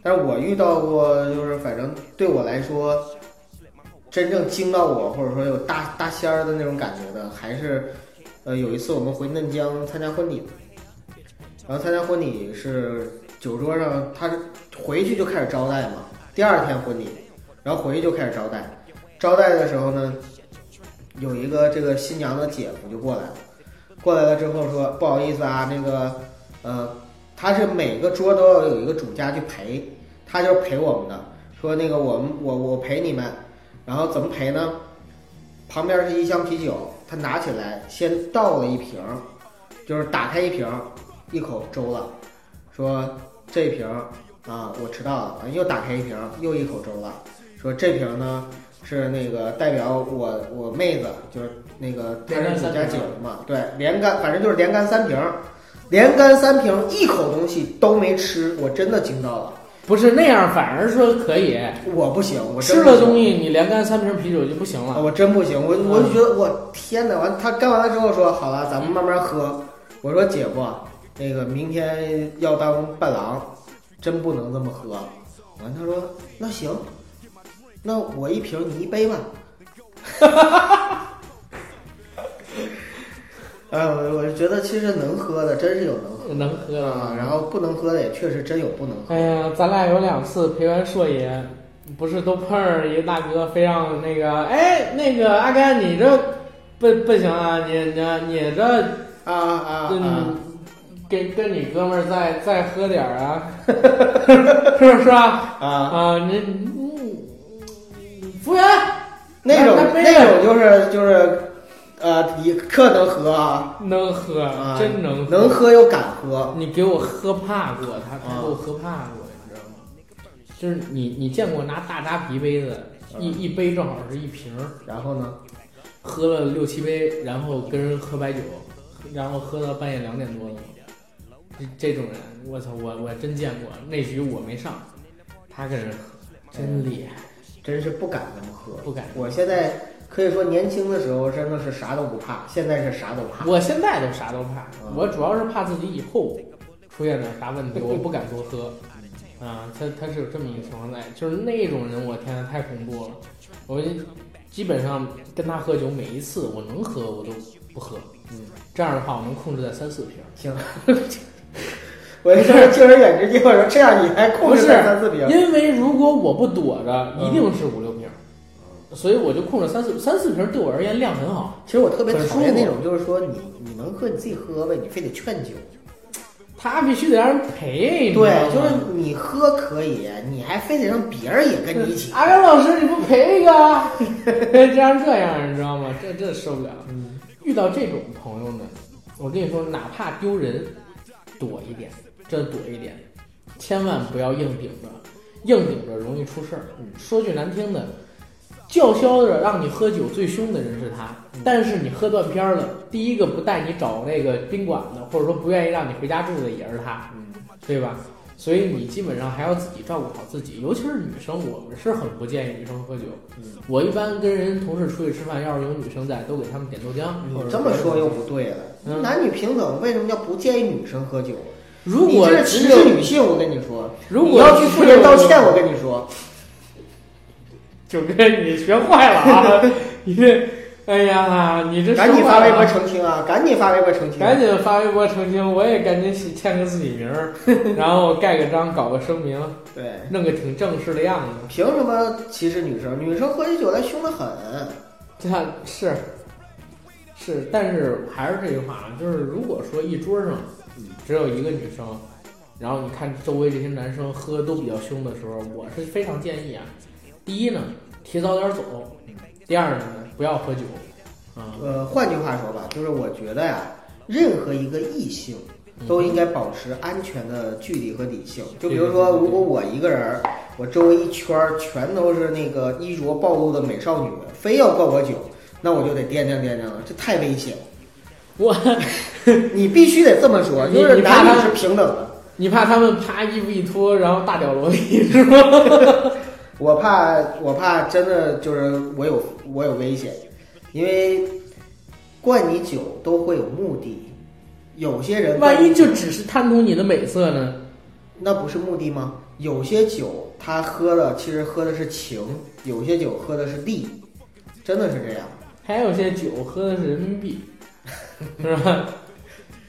F: 但是我遇到过，就是反正对我来说，真正惊到我或者说有大大仙儿的那种感觉的，还是呃有一次我们回嫩江参加婚礼，然后参加婚礼是酒桌上，他是回去就开始招待嘛，第二天婚礼，然后回去就开始招待。招待的时候呢，有一个这个新娘的姐夫就过来了，过来了之后说不好意思啊，那个呃，他是每个桌都要有一个主家去陪，他就是陪我们的，说那个我们我我陪你们，然后怎么陪呢？旁边是一箱啤酒，他拿起来先倒了一瓶儿，就是打开一瓶儿，一口粥了，说这一瓶儿啊我迟到了，又打开一瓶儿，又一口粥了，说这瓶儿呢是那个代表我我妹子，就是那个她
A: 连
F: 是
A: 干
F: 我
A: 三
F: 家
A: 瓶
F: 姐
A: 儿
F: 夫嘛，对，连干反正就是连干三瓶儿，连干三瓶儿一口东西都没吃，我真的惊到了，
A: 不是那样，反而说可以
F: 我不行，我真
A: 吃
F: 不
A: 了
F: 行
A: 东西，嗯你连干三瓶啤酒就不行
F: 啊，
A: 了。
F: 我真不行，我我就觉得我天哪！完他干完了之后说好了，咱们慢慢喝。我说姐夫，啊那个明天要当伴郎，真不能这么喝。完他说那行，那我一瓶你一杯吧。 [laughs] 哎，我我觉得其实能喝的真是有能喝
A: 能喝
F: 的
A: 了
F: 啊，，然后不能喝的也确实真有不能喝
A: 哎呀，咱俩有两次陪完硕爷，不是都碰上一大哥，非让那个，哎，那个阿甘，你这不不行啊，你你你这，
F: 啊啊啊
A: 嗯，跟跟你哥们儿再再喝点儿
F: [laughs]
A: 啊，是不是啊？
F: 啊！
A: 啊，你你你服务员，
F: 那种
A: 来杯啊
F: 那种就是就是，呃，一特能喝啊，
A: 能喝，
F: 啊，
A: 真能喝
F: 能喝又敢喝，
A: 你给我喝怕过他，他给我喝怕过，你知道吗？就是你你见过拿大扎啤杯子一一杯正好是一瓶儿，
F: 然后呢，
A: 喝了六七杯，然后跟人喝白酒，然后喝到半夜两点多了吗。这这种人，我操，我我真见过。那局我没上，他跟人喝，真厉害。
F: 真是不敢那么喝，
A: 不敢
F: 我现在可以说年轻的时候真的是啥都不怕，现在是啥都怕。
A: 我现在都啥都怕
F: 嗯，
A: 我主要是怕自己以后出现点啥
F: [laughs]
A: 问题，我不敢多喝。啊，他他是有这么一个情况在，就是那种人，我天呐，太恐怖了。我就基本上跟他喝酒，每一次我能喝我都不喝。嗯，这样的话我能控制在三四瓶。
F: 行， [laughs] 我就说敬而远之，结果说这样你还控
A: 不
F: 制
A: 是
F: 在三四瓶，嗯
A: 因为如果我不躲着，一定是五六瓶，所以我就控制三四三四瓶，对我而言量很好。
F: 其实我特别
A: 很
F: 讨厌
A: 舒服
F: 那种，就是说你你能喝你自己喝呗，你非得劝酒。
A: 他必须得让人陪，你知道
F: 对，
A: 吗
F: 就是你喝可以，你还非得让别人也跟你一起。
A: 阿甘老师，你不陪一个啊？这样这样，你知道吗？这这受不了。遇到这种朋友呢，我跟你说，哪怕丢人，躲一点，这躲一点，千万不要硬顶着，硬顶着容易出事儿。说句难听的，叫嚣着让你喝酒最凶的人是他，但是你喝断片儿了，第一个不带你找那个宾馆的，或者说不愿意让你回家住的也是他，对吧？所以你基本上还要自己照顾好自己，尤其是女生，我们是很不建议女生喝酒。
F: 嗯
A: 我一般跟人同事出去吃饭，要是有女生在，都给他们点豆浆。或者
F: 嗯你这么说又不对了，
A: 嗯
F: 男女平等为什么叫不建议女生喝酒？啊
A: 如果
F: 你这是
A: 只
F: 歧
A: 有
F: 视女性，我跟你说，
A: 如果
F: 你要去妇联道歉，我跟你说，
A: 九哥，你学坏了啊！你这，哎呀，你这
F: 赶紧
A: 说
F: 发
A: 坏
F: 微
A: 了啊
F: 博澄清啊！赶紧发微博澄清，
A: 赶紧发微博澄清，我也赶紧写签个自己名儿，然后盖个章，搞个声明，
F: 对。
A: 弄个挺正式的样子。
F: 凭什么歧视女生？女生喝起酒来凶得很。
A: 这样是是，但是还是这句话啊，就是如果说一桌上嗯只有一个女生，然后你看周围这些男生喝都比较凶的时候，我是非常建议啊，第一呢，提早点走；第二呢，不要喝酒。啊、
F: 呃，换句话说吧，就是我觉得呀，任何一个异性都应该
A: 嗯
F: 保持安全的距离和理性。就比如说，如果我一个人儿，我周围一圈儿全都是那个衣着暴露的美少女，非要灌我酒，那我就得掂量掂量了，这太危险了。
A: 我
F: 你必须得这么说，
A: 你
F: 就是
A: 你怕
F: 男女
A: 他
F: 是平等的。
A: 你怕他们啪衣服一脱，然后大屌萝莉是吗？
F: 我怕，我怕真的就是我有我有危险，因为灌你酒都会有目的，有些人
A: [laughs]
F: 灌
A: 万一就只是贪图你的美色呢？
F: 那不是目的吗？有些酒他喝了，其实喝的是情；有些酒喝的是利，真的是这样。
A: 还有些酒喝的是人民币，是吧？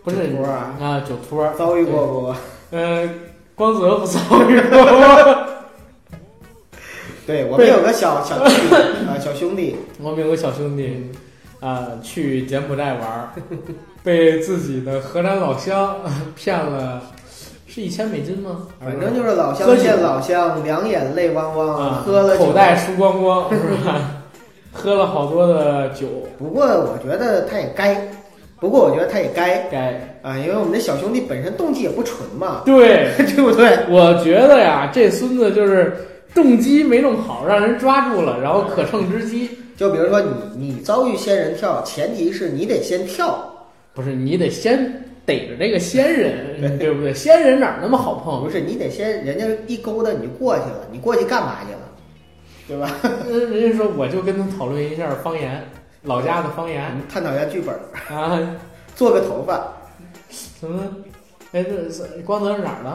A: 不是
F: 酒托啊
A: 啊，酒托儿
F: 遭遇过不？
A: 呃，光泽不遭遇过。
F: 对我们有个小小弟
A: [laughs]
F: 弟啊，小兄弟，
A: 我们有个小兄弟啊、去柬埔寨玩
F: [laughs]
A: 儿，被自己的河南老乡骗了，是一千美金吗？
F: 反正就是老
A: 喝
F: 乡
A: 酒
F: 见老乡，两眼泪汪汪，
A: 啊，
F: 喝了酒
A: 口袋输光光是吧？ [laughs] 喝了好多的酒，
F: 不过我觉得他也该，不过我觉得他也该
A: 该
F: 啊，因为我们这小兄弟本身动机也不纯嘛， [laughs]
A: 对，
F: 对不对？
A: 我觉得呀，这孙子就是动机没弄好，让人抓住了，然后可乘之机。
F: 就比如说你你遭遇仙人跳，前提是你得先跳，
A: 不是你得先逮着这个仙人，对不
F: [laughs]
A: 对？仙人哪儿那么好
F: 不
A: 碰？
F: 是你得先人家一勾搭你就过去了，你过去干嘛去了？对吧？
A: 呃人家说 [laughs] 我就跟他讨论一下方言，老家的方言
F: 探讨一下剧本，
A: 啊，
F: 做个头发，
A: 什么？哎，这是光泽是哪儿的？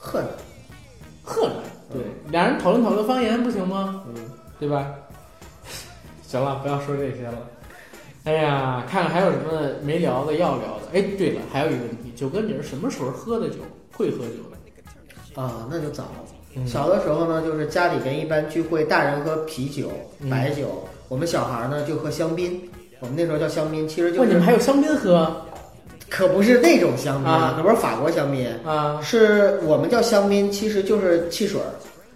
F: 呵，
A: 河南。对，俩人讨论讨论方言不行吗？
F: 嗯，
A: 对吧？ [laughs] 行了，不要说这些了。哎呀，看看还有什么没聊的要聊的。哎，对了，还有一个问题，九哥，你是什么时候喝的酒？会喝酒的？
F: 啊，那就早。
A: 嗯
F: 小的时候呢，就是家里边一般聚会，大人喝啤酒、
A: 嗯
F: 白酒，我们小孩儿呢就喝香槟。我们那时候叫香槟，其实就
A: 哇，你们
F: 是
A: 还有香槟喝
F: 可不是那种香槟
A: 啊
F: 可不是法国香槟，
A: 啊？
F: 是我们叫香槟，其实就是汽水儿，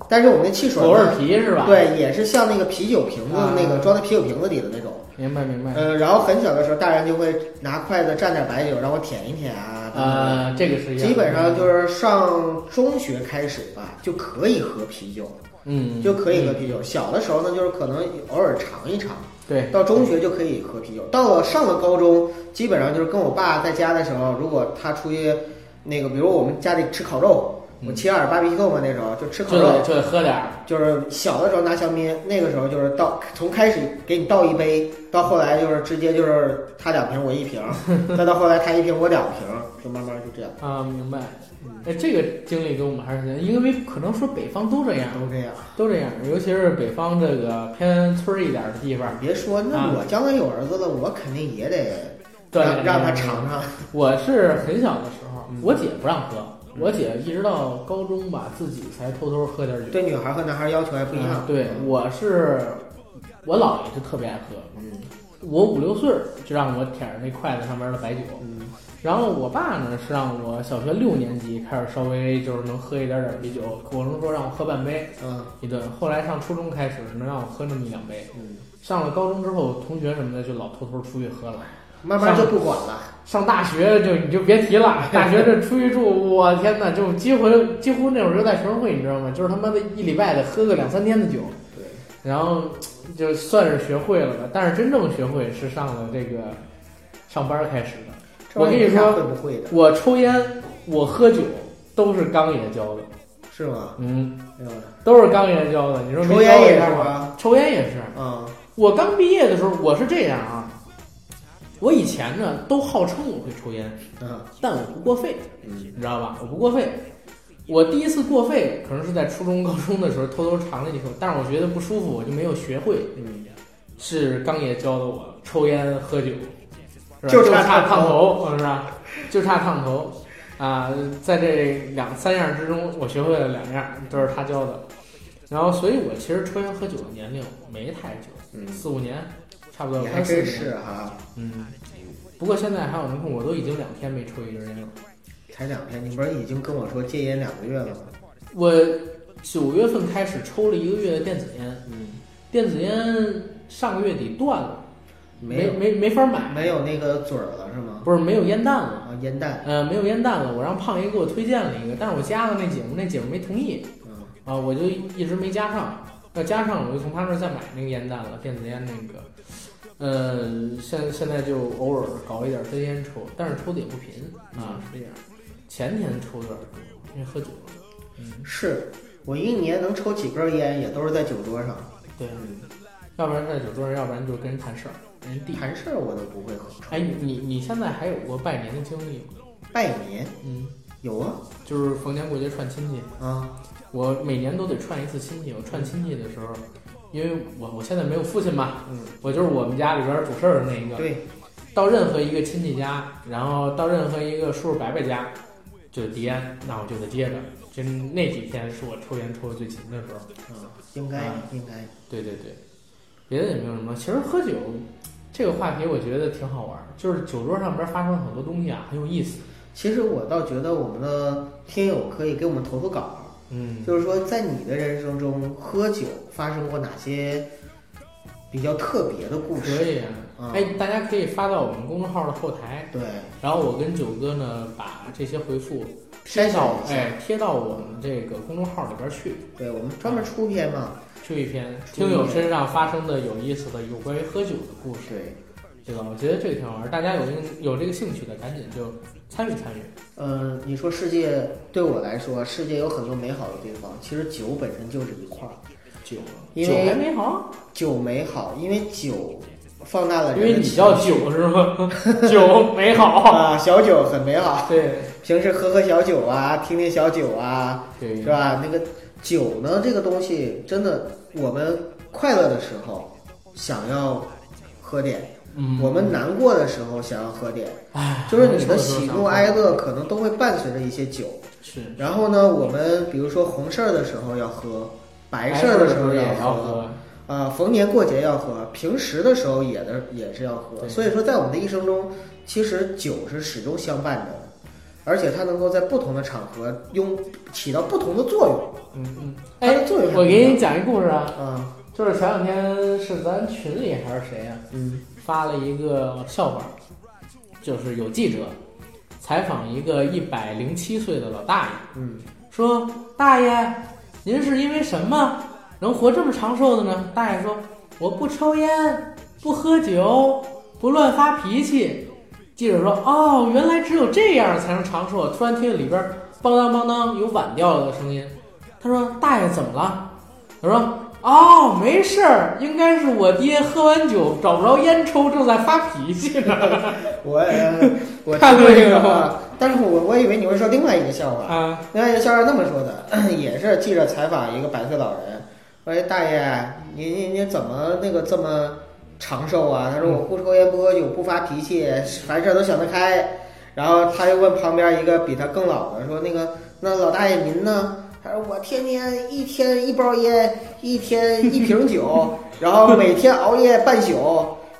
F: 但是我们那汽水儿
A: 狗
F: 呢
A: 耳皮是吧？，
F: 对，也是像那个啤酒瓶子
A: 啊
F: 那个装在啤酒瓶子里的那种。
A: 明白明白。
F: 呃，然后很小的时候，大人就会拿筷子蘸点白酒让我舔一舔啊，等等
A: 啊，这个是一样的
F: 基本上就是上中学开始吧，就可以喝啤酒，
A: 嗯嗯
F: 就可以喝啤酒。小的时候呢，就是可能偶尔尝一尝，
A: 对
F: 到中学就可以喝啤酒。到了上了高中，基本上就是跟我爸在家的时候，如果他出去，那个比如我们家里吃烤肉，我切二八比豆嘛，那时候就吃烤
A: 就
F: 肉，
A: 得就得喝点儿
F: 就是小的时候拿香槟，那个时候就是倒从开始给你倒一杯，到后来就是直接就是他两瓶我一
A: [laughs]
F: 瓶，再到后来他一瓶我两瓶，就慢慢就这样，
A: 啊，明白。哎，这个经历跟我们还是因为可能说北方都这样，
F: 都这样。
A: 都这样，尤其是北方这个偏村儿一点儿的地方，
F: 别说，
A: 啊
F: 那我将来有儿子了，我肯定也得
A: 对
F: 让让他尝。尝。
A: 我是很小的时候，我姐不让喝，我姐一直到高中吧，自己才偷偷喝点儿酒。
F: 对女孩和男孩要求还不一
A: 啊
F: 样。
A: 对，我是我姥爷就特别爱喝，
F: 嗯
A: 我五六岁儿就让我舔着那筷子上面的白酒，
F: 嗯
A: 然后我爸呢是让我小学六年级开始稍微就是能喝一点点啤酒，我能说让我喝半杯
F: 嗯
A: 一顿。后来上初中开始能让我喝那么一两杯，
F: 嗯，
A: 上了高中之后，同学什么的就老偷偷出去喝了。
F: 慢慢就不管了。
A: 上大学就你就别提了，大学这出去住，我天哪，就几乎几乎那会儿就在学生会，你知道吗？就是他妈的一礼拜得喝个两三天的酒，
F: 对，
A: 然后就算是学会了吧。但是真正学会是上了这个上班开始的。我跟你
F: 这玩意儿
A: 说
F: 会不会的？
A: 我抽烟，我喝酒，都是刚爷教的，
F: 是吗？
A: 嗯，
F: 哎呦，
A: 都是刚爷教的。你说没
F: 抽烟
A: 教我
F: 也
A: 一下
F: 是
A: 吗
F: 吗？
A: 抽烟也是。
F: 嗯
A: 我刚毕业的时候，我是这样啊，我以前呢都号称我会抽烟，
F: 嗯
A: 但我不过肺，
F: 嗯
A: 你知道吧？我不过肺。我第一次过肺可能是在初中、高中的时候偷偷尝了一口，但是我觉得不舒服，我就没有学会。
F: 嗯，
A: 是刚爷教的我抽烟喝酒，是吧
F: 就
A: 就
F: 差
A: 差
F: 烫
A: 烫头，是吧？就差烫头啊！在这两三样之中，我学会了两样，都是他教的。然后，所以我其实抽烟喝酒的年龄没太久，
F: 嗯
A: 四五年，差不多
F: 你
A: 快
F: 还
A: 四
F: 真
A: 年
F: 是哈，
A: 嗯。不过现在还有能控，我都已经两天没抽一根烟了。
F: 才两天，你不是已经跟我说戒烟两个月了吗？
A: 我九月份开始抽了一个月的电子烟，
F: 嗯，
A: 电子烟上个月底断了，
F: 没有
A: 没没法买，
F: 没有那个嘴儿了是吗？
A: 不是没有烟弹了。
F: 啊，烟弹，
A: 呃，没有烟弹了，我让胖爷给我推荐了一个，但是我加了那姐们，那姐们没同意
F: 嗯
A: 啊，我就一直没加上。要加上，我就从他那儿再买那个烟弹了，电子烟那个。
F: 嗯
A: 呃，现现在就偶尔搞一点真烟抽，但是抽的也不频啊，是这样。前年抽的有点多，因为喝酒。
F: 嗯是我一年能抽几根烟，也都是在酒桌上。
A: 对，要不然在酒桌上，要不然就是跟人谈事儿，跟人递。
F: 谈事儿我都不会喝。
A: 哎，你你你现在还有过拜年的经历吗？
F: 拜年
A: 嗯，
F: 有啊
A: 就是逢年过节串亲戚，
F: 啊，
A: 我每年都得串一次亲戚。我串亲戚的时候，因为我我现在没有父亲嘛，
F: 嗯，
A: 我就是我们家里边儿主事儿的那一个。
F: 对，
A: 到任何一个亲戚家，然后到任何一个叔叔伯伯家，就得递烟，那我就得接着。真那几天是我抽烟抽的最勤的时候。
F: 嗯，应该
A: 啊
F: 应该。
A: 对对对，别的也没有什么。其实喝酒这个话题，我觉得挺好玩儿，就是酒桌上边发生了很多东西啊，很有意思。
F: 其实我倒觉得我们的听友可以给我们投投稿，
A: 嗯，
F: 就是说在你的人生中，喝酒发生过哪些比较特别的故
A: 可
F: 事？
A: 以啊。
F: 嗯
A: 哎，大家可以发到我们公众号的后台，
F: 对，
A: 然后我跟九哥呢把这些回复
F: 筛
A: 贴
F: 选
A: 到
F: 一下
A: 哎贴到我们这个公众号里边去。
F: 对我们专门出篇嘛。
A: 这一篇听友身上发生的有意思的有关于喝酒的故事，
F: 对，
A: 对吧？我觉得这个挺好玩儿，大家有这个有这个兴趣的，赶紧就参与参与。
F: 嗯，你说世界对我来说，世界有很多美好的地方，其实酒本身就是一块儿。
A: 酒，
F: 因
A: 酒
F: 为
A: 还没好，
F: 酒美好，因为酒放大了
A: 因
F: 人的
A: 为你
F: 情
A: 叫
F: 绪
A: 酒是吗？ [laughs] 酒没好，
F: 啊，小酒很美好。
A: 对
F: 平时喝喝小酒啊，听听小酒啊，
A: 对
F: 是？吧？那个酒呢，这个东西真的，我们快乐的时候想要喝点，
A: 嗯，
F: 我们难过的时候想要喝点，
A: 哎，
F: 就是你的喜
A: 说
F: 怒
A: 得
F: 哀
A: 上头
F: 乐可能都会伴随着一些酒。
A: 是
F: 然后呢，我们比如说红事儿的时候要喝，白事儿
A: 儿
F: 的时候
A: 也
F: 要
A: 要
F: 喝，，啊，逢年过节要喝，平时的时候也的也是要喝。
A: 对
F: 所以说，在我们的一生中，其实酒是始终相伴着的，而且它能够在不同的场合用起到不同的作用。
A: 嗯嗯。
F: 它
A: 哎
F: 的，作用
A: 我给你讲一故事啊，
F: 啊，
A: 就是前两天是咱群里还是谁呀、
F: 嗯
A: 发了一个笑话，就是有记者采访一个一百零七岁的老大爷，
F: 嗯，
A: 说：“大爷，您是因为什么能活这么长寿的呢？”大爷说：“我不抽烟，不喝酒，不乱发脾气。”记者说：“哦，原来只有这样才能长寿。”啊突然听见里边梆当梆当有碗掉了的声音，他说：“大爷怎么了？”他说：“哦，没事儿，应该是我爹喝完酒找不着烟抽，正在发脾气呢。
F: 我呃我
A: 看
F: 听
A: 过
F: 过
A: 这
F: 这
A: 个
F: 个
A: 吗
F: 话，但是我我以为你会说另外一个笑”话。
A: 啊，
F: 另外一个笑话这么说的， [clears throat] 也是记者采访一个百岁老人，说哎大爷，您您您怎么那个这么长寿啊？他说我不抽烟不喝酒不发脾气，凡事都想得开。然后他又问旁边一个比他更老的说那个那老大爷您呢？他说我天天一天一包烟，一天一瓶酒，然后每天熬夜半宿。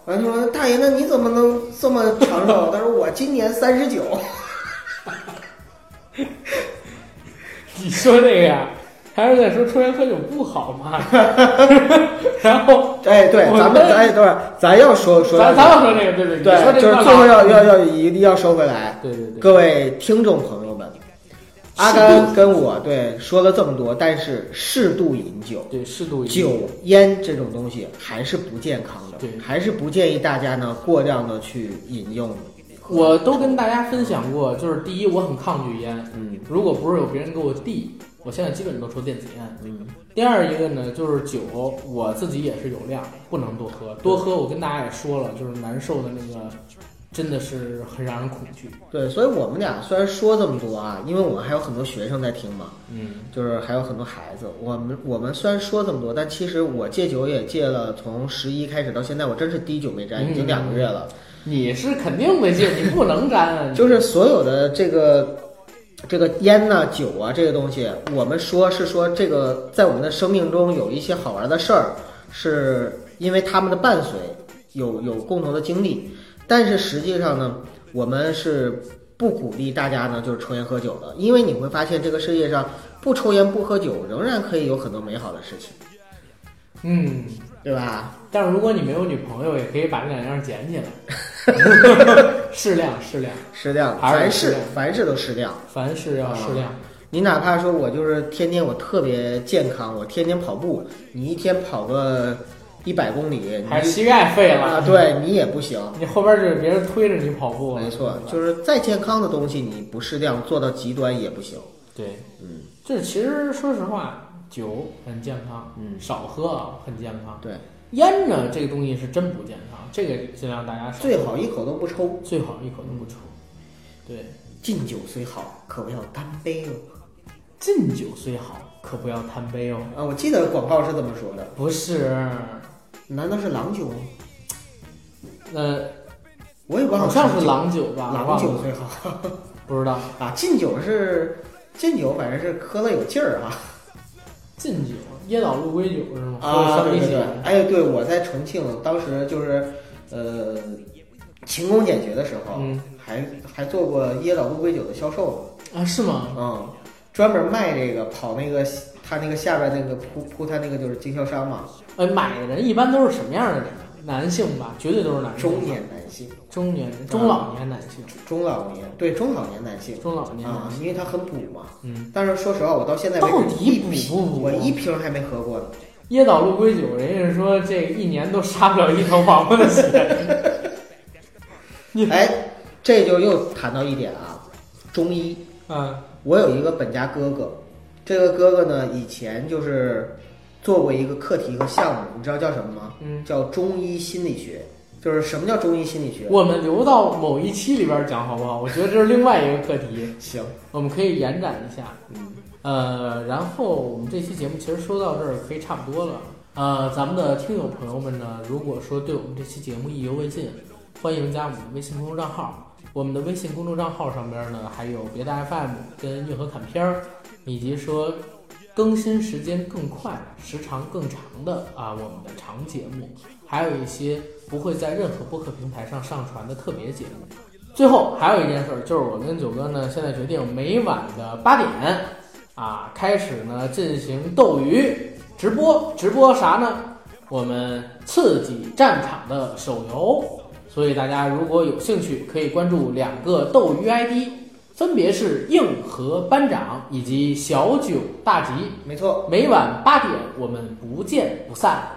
F: 完他说大爷那你怎么能这么长寿？他说我今年三十九。
A: [laughs] 你说这个呀，还是在说抽烟喝酒不好嘛？ [laughs] 然后。
F: 哎，对，
A: 我
F: 咱们
A: 们
F: 咱也等会儿，咱要说说到
A: 咱咱要说这个，
F: 这个，
A: 对对你说
F: 对，
A: 这
F: 就
A: 个
F: 是
A: 干
F: 最后
A: 嘛
F: 要要要一定要收回来。
A: 对对对，
F: 各位听众朋友们，阿甘跟我对说了这么多，但是适度饮酒，
A: 对适度饮
F: 酒烟这种东西还是不健康的，
A: 对
F: 还是不建议大家呢过量的去饮用。
A: 我都跟大家分享过，就是第一，我很抗拒烟，
F: 嗯
A: 如果不是有别人给我递，我现在基本都抽电子烟。
F: 嗯，
A: 第二一个呢，就是酒，我自己也是有量，不能多喝，多喝我跟大家也说了，就是难受的那个，真的是很让人恐惧。
F: 对，所以我们俩虽然说这么多啊，因为我们还有很多学生在听嘛，
A: 嗯，
F: 就是还有很多孩子，我们我们虽然说这么多，但其实我戒酒也戒了，从十一开始到现在，我真是滴酒没沾，已经两个月了。
A: 你是肯定得戒，你不能沾啊，你
F: 就是所有的这个这个烟呐、酒啊这些东西，我们说是说这个在我们的生命中有一些好玩的事儿，是因为他们的伴随有有共同的经历，但是实际上呢，我们是不鼓励大家呢就是抽烟喝酒的，因为你会发现这个世界上不抽烟不喝酒仍然可以有很多美好的事情，
A: 嗯。
F: 对吧？
A: 但是如果你没有女朋友，也可以把这两样捡
F: [laughs]
A: 起来，适量适量，
F: 适量，
A: 还是
F: 凡
A: 适量
F: 事凡事都适量。
A: 凡事要适量。
F: 你哪怕说我就是天天我特别健康，我天天跑步，你一天跑个一百公里，
A: 还
F: 你
A: 膝盖废了
F: 嗯啊，，对你也不行。
A: 你后边就是别人推着你跑步了，
F: 没错，
A: 是吧
F: 就是再健康的东西，你不适量做到极端也不行。
A: 对，嗯，就是其实说实话，酒很健康，
F: 嗯
A: 少喝啊很健康。
F: 对，
A: 烟呢，这个东西是真不健康，这个尽量大家少
F: 最好一口都不抽，
A: 最好一口都不抽。对，
F: 敬酒虽好，可不要单杯哦。
A: 敬酒虽好，可不要贪杯哦。
F: 啊，我记得广告是这么说的，
A: 不是，
F: 难道是郎酒吗？
A: 呃，
F: 我也忘
A: 好
F: 了，
A: 像是郎酒吧？
F: 郎
A: 忘
F: 酒
A: 了，
F: 最好
A: 不知道
F: 啊。敬酒是敬酒，反正是喝了有劲儿啊
A: 敬酒，椰岛鹿龟酒是吗？
F: 啊！
A: 喝
F: 对
A: 三
F: 对
A: 杯
F: 对
A: 酒，，
F: 哎，对，我在重庆当时就是呃勤工俭学的时候，
A: 嗯
F: 还还做过椰岛乌龟酒的销售呢。
A: 啊，是吗？
F: 嗯，专门卖这个跑那个他那个下边那个铺铺他那个就是经销商嘛，
A: 呃，买的人一般都是什么样的人？男性吧，绝对都是男性吧。
F: 中年男性、
A: 中年人、中老年男性、
F: 中老年对中老年男性
A: 中老年
F: 啊
A: 男，性，
F: 因为他很补嘛。
A: 嗯，
F: 但是说实话，我到现在为止
A: 到底补
F: 一瓶
A: 不补？啊
F: 我一瓶还没喝过呢。
A: 椰岛鹿龟酒，人家说这一年都杀不了一头王八的血。 [laughs] 你
F: 哎，这就又谈到一点啊，中医。
A: 啊，
F: 我有一个本家哥哥，这个哥哥呢以前就是做过一个课题和项目，你知道叫什么吗？
A: 嗯
F: 叫中医心理学。就是什么叫中医心理学？
A: 我们留到某一期里边讲好不好？我觉得这是另外一个课题，
F: 行，
A: 我们可以延展一下。
F: 嗯，
A: 呃，然后我们这期节目其实说到这儿可以差不多了。呃，咱们的听友朋友们呢，如果说对我们这期节目意犹未尽，欢迎加我们的微信公众账号。我们的微信公众账号上边呢，还有别的 FM 跟硬核砍片儿，以及说更新时间更快、时长更长的啊，我们的长节目，还有一些不会在任何播客平台上上传的特别节目。最后还有一件事儿，就是我跟九哥呢，现在决定每晚的八点啊，开始呢进行斗鱼直播，直播啥呢？我们刺激战场的手游，所以大家如果有兴趣，可以关注两个斗鱼 ID，分别是硬核班长以及小九大吉。
F: 没错。
A: 每晚八点，我们不见不散。